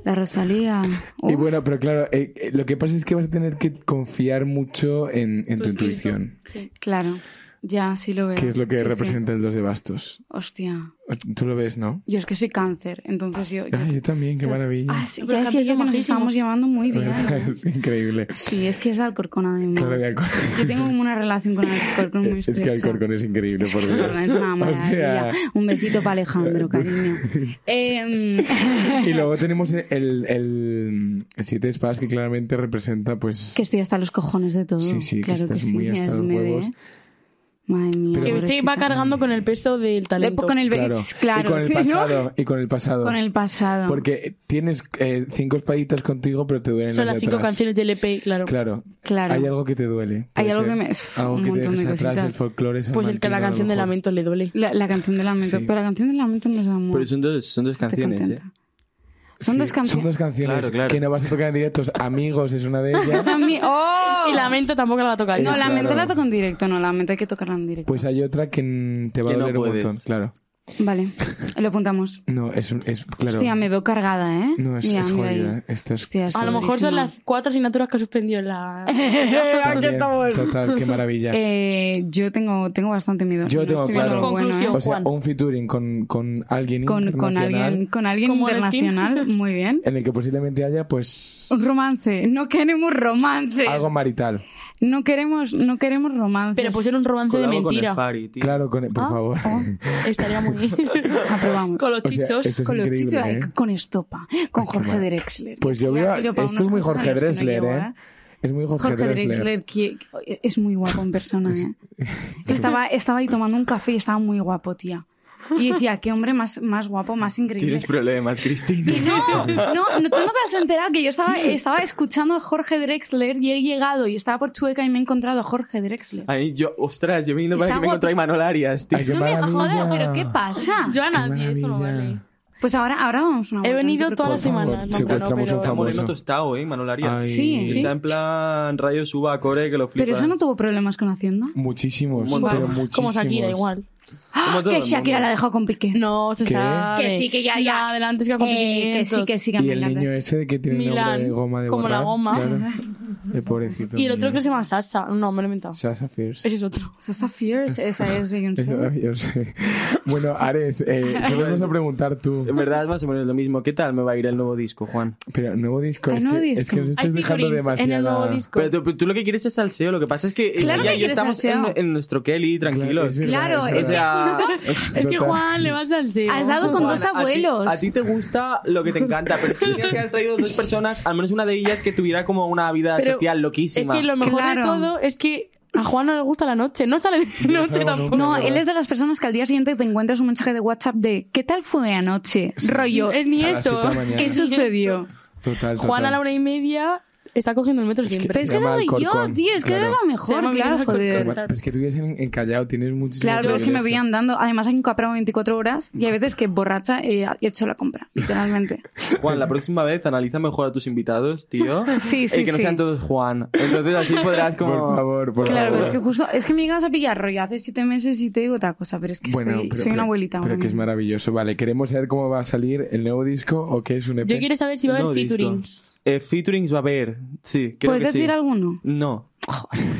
La Rosalía. Y Uf. bueno, pero claro, eh, eh, lo que pasa es que vas a tener que confiar mucho en, en tu intuición. Sí. Claro. Ya, sí lo veo. que es lo que Sí, sí. representa el 2 de bastos. Hostia. Tú lo ves, ¿no? Yo es que soy cáncer, entonces yo... yo- Ah, yo también, qué yo- maravilla. Ah, sí, Pero ya decía yo que nos majísimos. estamos llevando muy bien. ¿no? es increíble. Sí, es que es de Alcorcón además. Claro, Alcorcón. Yo tengo como una relación con Alcorcón muy Es que estrecha. Alcorcón es increíble, por Dios. Alcorcón es una O sea, maravilla. Un besito para Alejandro, cariño. Em, y luego tenemos el, el, el siete de espadas que claramente representa, pues... que estoy hasta los cojones de todo. Sí, sí, que claro que, estás sí, muy hasta ya los se me ve. huevos. Madre mía. Pero- Que usted va pobrecita. cargando con el peso del talento. Con el, Claro. claro, y con el sí, ¿no? pasado, y con el pasado. Con el pasado. Porque tienes eh, cinco espaditas contigo, pero te duelen Son las las de cinco atrás. canciones del EP, claro. Claro. Claro. Hay algo que te duele. Hay Puede algo ser que me- uf, Algo un que te montón de dejes atrás, cositas. el folclore Pues el que salmantino, la a lo canción de mejor. lamento le duele. La, la canción de lamento, Sí. pero la canción de lamento no es de amor. Pero son dos, son dos Estoy canciones, ¿eh? contenta. Son Sí, dos canciones. Son dos canciones Claro, claro. que no vas a tocar en directo. Amigos es una de ellas. Son mi- ¡Oh! Y Lamento tampoco la va a tocar. No, Eh, la- lamento claro. la toco en directo, no, lamento hay que tocarla en directo. Pues hay otra que mm, te va Que a no doler un puedes. montón, claro. Vale, lo apuntamos. No, es, un- es Pues- claro. Hostia, me veo cargada, ¿eh? No, es, Mira, es mira ahí. jodida. ¿eh? Esta es... Hostia, es A lo mejor son durísima. las cuatro asignaturas que suspendió en la... También, pues. total, qué maravilla. Eh, yo tengo, tengo bastante miedo. Yo No tengo estoy claro. viendo lo bueno, Conclusión. ¿eh? o sea, Juan. un featuring con, con alguien con, con internacional alguien, con alguien Como el internacional, muy bien. en el que posiblemente haya, pues, Un romance, no queremos romance. algo marital. No queremos, no queremos romance. Pero pues, pusieron un romance de Colabo con el mentira. Fari, tío. Claro, con, por Ah, favor. oh, estaría muy... Aprobamos. con los O sea, chichos. esto es con los increíble, chichos, ay, ¿eh? con Estopa, con Ay, qué Jorge mal. Drexler. Pues yo Ya veo... tiro pa' Esto es unos muy cosas Jorge a los que no Drexler, llego, ¿eh? Es muy Jorge, Jorge Drexler que que es muy guapo en persona. ¿eh? Estaba, estaba ahí tomando un café y estaba muy guapo, tía. Y decía, qué hombre más, más guapo, más increíble. Tienes problemas, Cristina. No, no, no, tú no te has enterado que yo estaba, estaba escuchando a Jorge Drexler y he llegado y estaba por Chueca y me he encontrado a Jorge Drexler. Ahí yo, ostras, yo viniendo para Está que me encontré a guapísimo. Imanol Arias, tío. Ay, qué No me jodas, maravilla. pero ¿qué pasa? Yo a Qué nadie, esto no maravilla. vale. Pues ahora, ahora vamos a una He vuelta, no venido te todas las preocupes. Por favor, semanas. no, secuestramos pero- un Está famoso. moreno tostado, ¿eh? Imanol Arias. Ay, Sí, sí. Está en plan rayo suba core que lo flipas. Pero eso no tuvo problemas con Hacienda. Muchísimos, Un montón. pero Como muchísimos. Como Shakira, igual. Como ¡Ah! todo Que el Shakira mundo. la dejó con Piqué. No, se ¿Qué? sabe. Que sí, que ya, ya. adelante es que ha Eh, que sí, que sí, que Y me el encanta niño esto. ese que tiene nombre de Milán, goma de como la borrar, goma. Claro. El pobrecito. Y el niño. otro creo que se llama Sasha. No, me lo he inventado. Sasha Fierce. Ese es otro. Sasha Fierce, esa es Vegan Es Soul. maravilloso. Bueno, Ares, eh, ¿qué vamos a preguntar tú? En verdad es más o menos lo mismo. ¿Qué tal me va a ir el nuevo disco, Juan? Pero nuevo disco, Ay, es, nuevo que, es disco. que nos Hay estás dejando featurings en el nuevo demasiada... disco. Pero tú, tú lo que quieres es salseo. Lo que pasa es que Claro ella que y yo quieres estamos en, salseo. en nuestro Kelly, Claro, es tranquilos. verdad, Claro, es O es verdad. que sea, Es que Total. Juan le va al salseo. Has dado con Juan, dos a ti- abuelos. A ti, te gusta lo que te encanta, pero tienes que haber traído dos personas, al menos una de ellas que tuviera como una vida Pero social Es loquísima. que lo mejor Claro. de todo es que a Juan no le gusta la noche. No sale de No noche salgo nunca. tampoco. No, Pero- él es de las personas que al día siguiente te encuentras un mensaje de WhatsApp de ¿qué tal fue anoche? Rollo, Es ni A las eso. siete de la mañana. ¿qué sucedió? Total, total. Juan a la una y media está cogiendo el metro siempre. Pero es Se que llama esa soy yo, Alcorcón, tío, es que claro. eres la Se llama mejor, claro, Miguel joder. Alcorcón. Pero es que tú vives en, en Callao, tienes muchísimas Claro, pero es que me voy privilegios. andando. Además, aquí en Capra voy 24 horas y hay veces que borracha he he hecho la compra, literalmente. Juan, la próxima vez analiza mejor a tus invitados, tío. Sí, sí, Y que no sí. sean todos Juan. Entonces así podrás como... Por favor, por Claro, favor. pero es que justo, es que me llegas a pillar rollo hace siete meses y te digo otra cosa, pero es que soy, soy una abuelita. Pero ahora que es mismo. maravilloso. Vale, queremos saber cómo va a salir el nuevo disco o qué es un E EP. Yo quiero saber si va a haber No, disco. featurings. Eh, featurings va a haber, sí. Creo ¿Puedes que sí. decir alguno? No.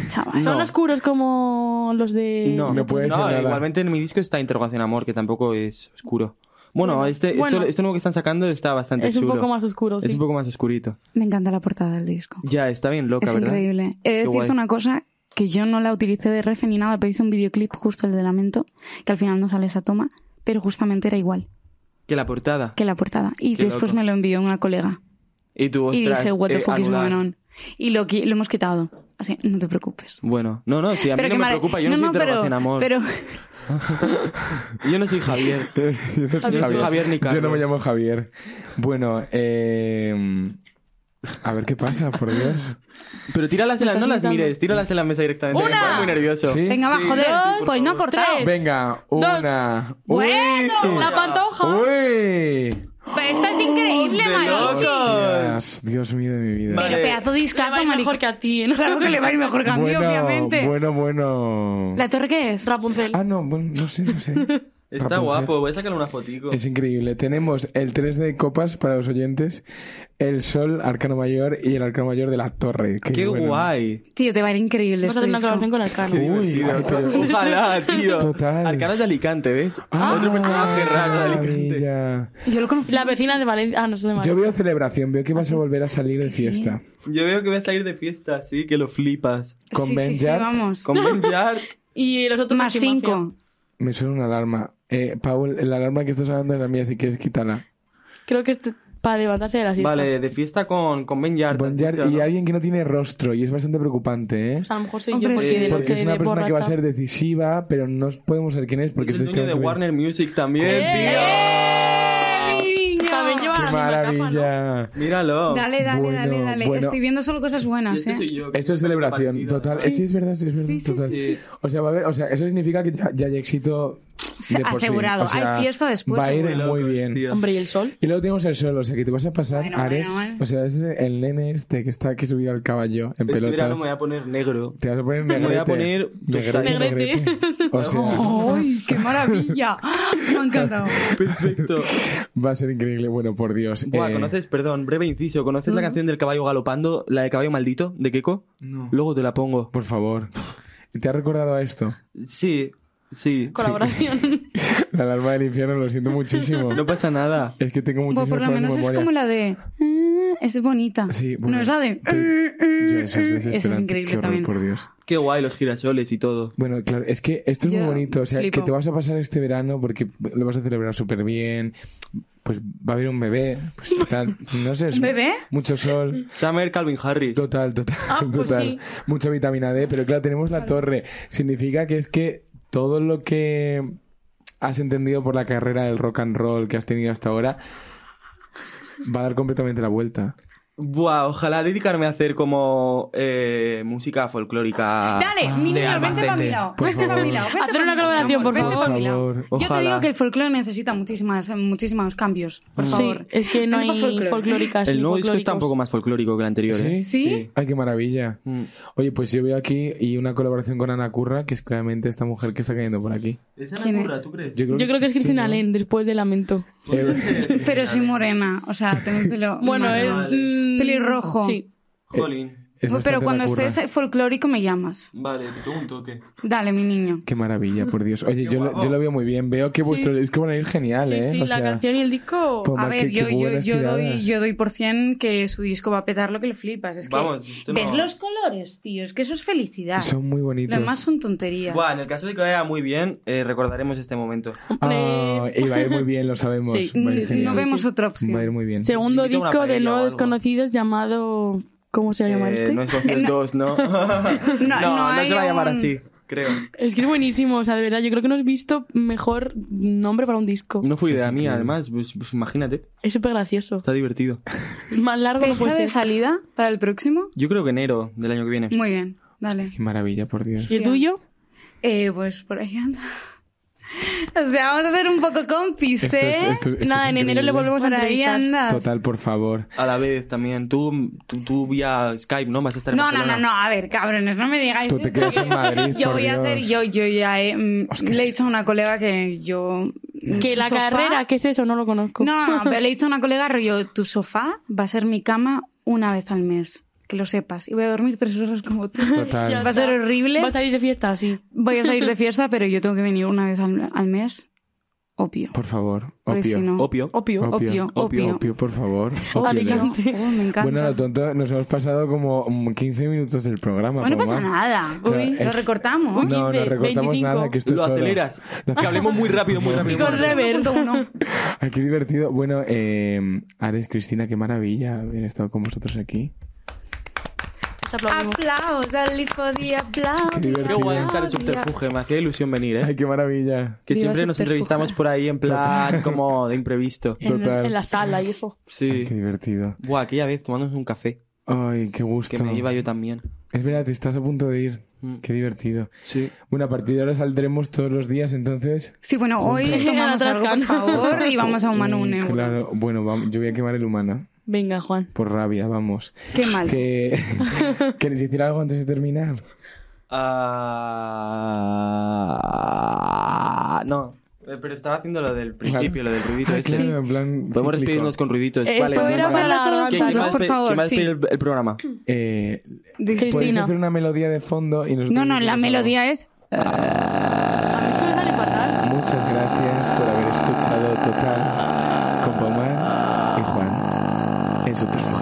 Chaval. Son No. oscuros como los de... No, No puede ser nada. igualmente en mi disco está Interrogación Amor, que tampoco es oscuro. Bueno, este, esto- bueno. Esto, nuevo que están sacando está bastante Es un chulo. poco más oscuro, Es sí. un poco más oscurito. Me encanta la portada del disco. Ya, está bien loca, es ¿verdad? increíble. He de Qué guay. decirte una cosa que yo no la utilicé de ref ni nada, pero hice un videoclip justo el de Lamento, que al final no sale esa toma, pero justamente era igual Que la portada. que la portada. Y Qué después loco. me lo envió una colega. Y tú, ostras, y dije, what the eh, fuck is anular. going on? Y lo, qui- lo hemos quitado. Así, no te preocupes. Bueno, no, no, sí, a mí no que me mare- preocupa, yo no, soy pero, Interrogación Amor. pero Yo no soy Javier. Yo Yo no soy Javier ni Carlos. Yo no me llamo Javier. Bueno, eh, a ver qué pasa, por Dios. Pero tíralas en la, no las mires, tíralas en la mesa directamente. que ¡Una! me pone muy nervioso. ¿Sí? venga, va, Sí, joder, sí, por pues no favor. cortado. Tres. Venga, Dos. una. Bueno, La pantoja. ¡Uy! ¡Uy! Pero esto es increíble, ¡De Marichi. locos! Dios, Dios mío de mi vida. Vale. Pero pedazo de discazo, Va a ir Marichi. mejor que a ti. ¿no? Claro que le va a ir mejor que a mí, bueno, obviamente. bueno, bueno. ¿La torre qué es? Rapunzel. Ah, no, bueno, no sé, no sé. Está Rapunzel. guapo, voy a sacarle una fotico. Es increíble. Tenemos el 3 de copas para los oyentes, el sol, arcano mayor y el arcano mayor de la torre. que, ¡Qué bueno, guay! Tío, te va a ir increíble Vamos a hacer este una disco. colaboración con Arcano. Qué divertido. ay, pero- Ojalá, tío. Total. Arcano es de Alicante, ¿ves? ¡Ah, Otro personaje raro de qué Alicante. maravilla! Yo lo conocí. La vecina de Valencia. Ah, no sé de Yo Madrid. veo celebración, veo que vas a volver a salir de fiesta. Yo veo que voy a salir de fiesta, sí, que lo flipas. Con sí, Ben sí, sí, Yard. vamos. Con Ben Yard, Y los otros Más Maxi Mafia. cinco. Me suena una alarma. Eh, Paul, la alarma que estás hablando es la mía, si quieres quítala. Creo que es para levantarse de la siesta. Vale, de fiesta con, con Ben Yard. Bon has Jar- dicho, y ¿no? alguien que no tiene rostro, y es bastante preocupante, ¿eh? O sea, a lo mejor soy Hombre, yo porque sí. de Porque noche es una de persona borracha. que va a ser decisiva, pero no podemos saber quién es porque es el dueño escribe de en tu vida. Warner Music también, ¡Eh, tío. mi niño! También lleva ¡Qué Ah, la misma capa, ¿no? maravilla! Míralo. Dale, dale, Bueno, dale, dale. bueno. Estoy viendo solo cosas Y buenas, este ¿eh? soy yo, que Esto tengo es celebración, parecido. total. Sí. Sí, es verdad, sí, es verdad. Sí, sí, total. sí, sí. O sea, va a haber, o sea, eso significa que ya, ya hay éxito de por sí. Asegurado. O sea, Hay fiesta después. Va a ir seguro. Muy muy locos, bien. tío. Hombre, ¿y el sol? Y luego tenemos el sol, o sea, que te vas a pasar Bueno, Ares. bueno, bueno. O sea, es el nene este que está aquí subido al caballo en Este pelotas. verano me voy a poner negro. Te vas a poner Me negrete. voy a poner negrete. tostadito. negrete. O sea, ¡Ay, qué maravilla! Me ha encantado. Perfecto. va a ser increíble. Bueno, por Dios. Buah, Eh, ¿conoces? Perdón, breve inciso. ¿Conoces la canción del caballo galopando? La de caballo maldito, de Keiko. No. Luego te la pongo. Por favor. ¿Te ha recordado a esto? Sí, sí. Colaboración. La alarma del infierno, lo siento muchísimo. No pasa nada. Es que tengo Bueno, muchísimas por lo cosas en menos es memoria. como la de. "Ah", Es bonita. Sí, bueno, no es la de. pero- "Ah, Yo, ah, eso ah". es Eso desesperante. Qué increíble horror, también. por Dios. Qué guay los girasoles y todo. Bueno, claro, es que esto es Yo muy bonito. O sea, flipo. que te vas a pasar este verano porque lo vas a celebrar súper bien. Pues va a haber un bebé. Pues total, no sé. es ¿Un bebé? Mucho sol. Summer Calvin Harris. Total, total, Ah, pues total. sí. Mucha vitamina D, pero claro, tenemos la torre. Significa que es que todo lo que has entendido por la carrera del rock and roll que has tenido hasta ahora va a dar completamente la vuelta. Buah, ojalá dedicarme a hacer como eh, música folclórica. Dale, mi de niño, vente para mi Albacete. lado. Por Vente para favor. mi lado. vente Ah, Hacer pa' una mi lado, colaboración, amor, por vente favor. pa' mi lado. favor. Yo te Ojalá. digo que el folclore necesita muchísimas, muchísimos cambios, por favor. Sí, es que no Vente hay pa' folclore. folclóricas El ni nuevo disco está folclóricos. un poco más folclórico que el anterior. ¿eh? ¿Sí? ¿Sí? Ay, qué maravilla. Mm. Oye, pues yo veo aquí y una colaboración con Ana Curra, que es claramente esta mujer que está cayendo por aquí. ¿Quién es? ¿tú crees? Yo creo que es sí, Cristina ¿no? Len después de Lamento. Eh, Pero soy morena, o sea, tengo el pelo. Bueno, Vale. es... vale. mm, Pelirrojo. Sí. Jolín. es Pero bastante cuando Ana Curra. estés folclórico me llamas. Vale, te pregunto qué. Dale, mi niño. Qué maravilla, por Dios. Oye, Qué yo lo, guapo. yo lo veo muy bien. Veo que vuestro disco van a ir genial, Sí, ¿eh? sí, O la sea, canción y el disco... po- A Omar, ver, qué- yo, qué yo, buenas yo, doy, tiradas. yo doy por cien que su disco va a petar lo que le flipas. Es que Vamos, esto no- ¿Ves los colores, tío? Es que eso es felicidad. Son muy Lo bonitos. demás son tonterías. Buah, en el caso de que vaya muy bien, eh, recordaremos este momento. Ah, y va a ir muy bien, lo sabemos. Sí, va a ir Mm, genial. no vemos otra opción. Va a ir muy bien. Segundo Necesito una disco de paella o Nuevos algo. Desconocidos llamado... ¿Cómo se va a llamar Eh, este? No es Conocidos 2, ¿no? no, no hay se va a llamar un- así, creo. Es que es buenísimo, o sea, de verdad, yo creo que no has visto mejor nombre para un disco. No fue Es idea mía, increíble. además. Pues, pues imagínate, Es súper gracioso. está divertido. Más largo no ¿Fecha puede de ser. salida para el próximo? Yo creo que enero del año que viene. Muy bien, dale. Qué maravilla, por Dios. ¿Y el tuyo? Eh, pues por ahí anda. O sea, vamos a hacer un poco compis, ¿eh? Esto es- esto es- esto Nada, es en enero increíble. le volvemos a por ahí entrevistar. anda. Total, por favor. A la vez también. Tú, tú, tú vía Skype, ¿no? Vas a estar en No, no, no, Barcelona. no, a ver, cabrones, no me digáis. Tú te quedas en Madrid, Yo por voy a hacer, Dios. yo, yo ya he, mm, Ostras. le he dicho a una colega que yo. mm, Que la sofá- carrera, ¿qué es eso? No lo conozco. No, no, no, pero le he dicho a una colega, rollo, tu sofá va a ser mi cama una vez al mes, que lo sepas. Y voy a dormir tres horas como tú. Ya Va Total. a ser horrible. Va a salir de fiesta, sí. Voy a salir de fiesta, pero yo tengo que venir una vez al, al mes, obvio. Por favor. Porque si opio. no- Opio. Opio. Opio, Opio, opio. Opio, por favor. Opio, Vale, Leo. ya no sé. Oh, me encanta. Bueno, lo tonto, nos hemos pasado como mm, 15 minutos del programa. Bueno, no Pau pasa Mar. nada. Claro, Uy, lo es- recortamos. No, no 15, recortamos 25. nada, que esto Lo es oro. aceleras. Lo Que hablemos muy rápido, muy Y rápido. muy con rápido. rever. Ay, qué divertido. Bueno, eh, Ares, Cristina, qué maravilla haber estado con vosotros aquí. Te Ah. aplaudimos. Aplausos, only for the Qué aplausos. Qué divertido. guay estar en Subterfuge, me hacía ilusión venir, ¿eh? Ay, qué maravilla. Que Viva siempre nos Subterfuge. entrevistamos por ahí en plan como de imprevisto. En, Total. en la sala y eso. Ay, qué Sí. divertido. Buah, aquella vez tomándonos un café, Ay, qué gusto. que me iba yo también. Es verdad, te estás a punto de ir. Mm. Qué divertido. Sí. Bueno, a partir de ahora saldremos todos los días, entonces. Sí, bueno, hoy tomamos Atrás, algo, por Cana. favor, y vamos a humano un Mm, euro. Claro, bueno, vam- yo voy a quemar el humano. Venga, Juan. Por rabia, vamos. Qué mal. Que... ¿Queréis decir algo antes de terminar? Ah, No. Eh, Pero estaba haciendo lo del principio, lo del ruidito Ah, ese. claro, en plan Podemos cíclico. despedirnos con ruiditos. Eso vale, era venga, para vale. la todos garganta. ¿Quién, quién va a juntos, por despe- quién va a favor. Sí. despedir el, el programa? Eh, ¿Puedes Cristina. hacer una melodía de fondo y nosotros No, no, decimos la algo? melodía es. A Ah, mí es que me sale fatal. Muchas gracias por haber escuchado Total con Pomar y Juan en su perfil.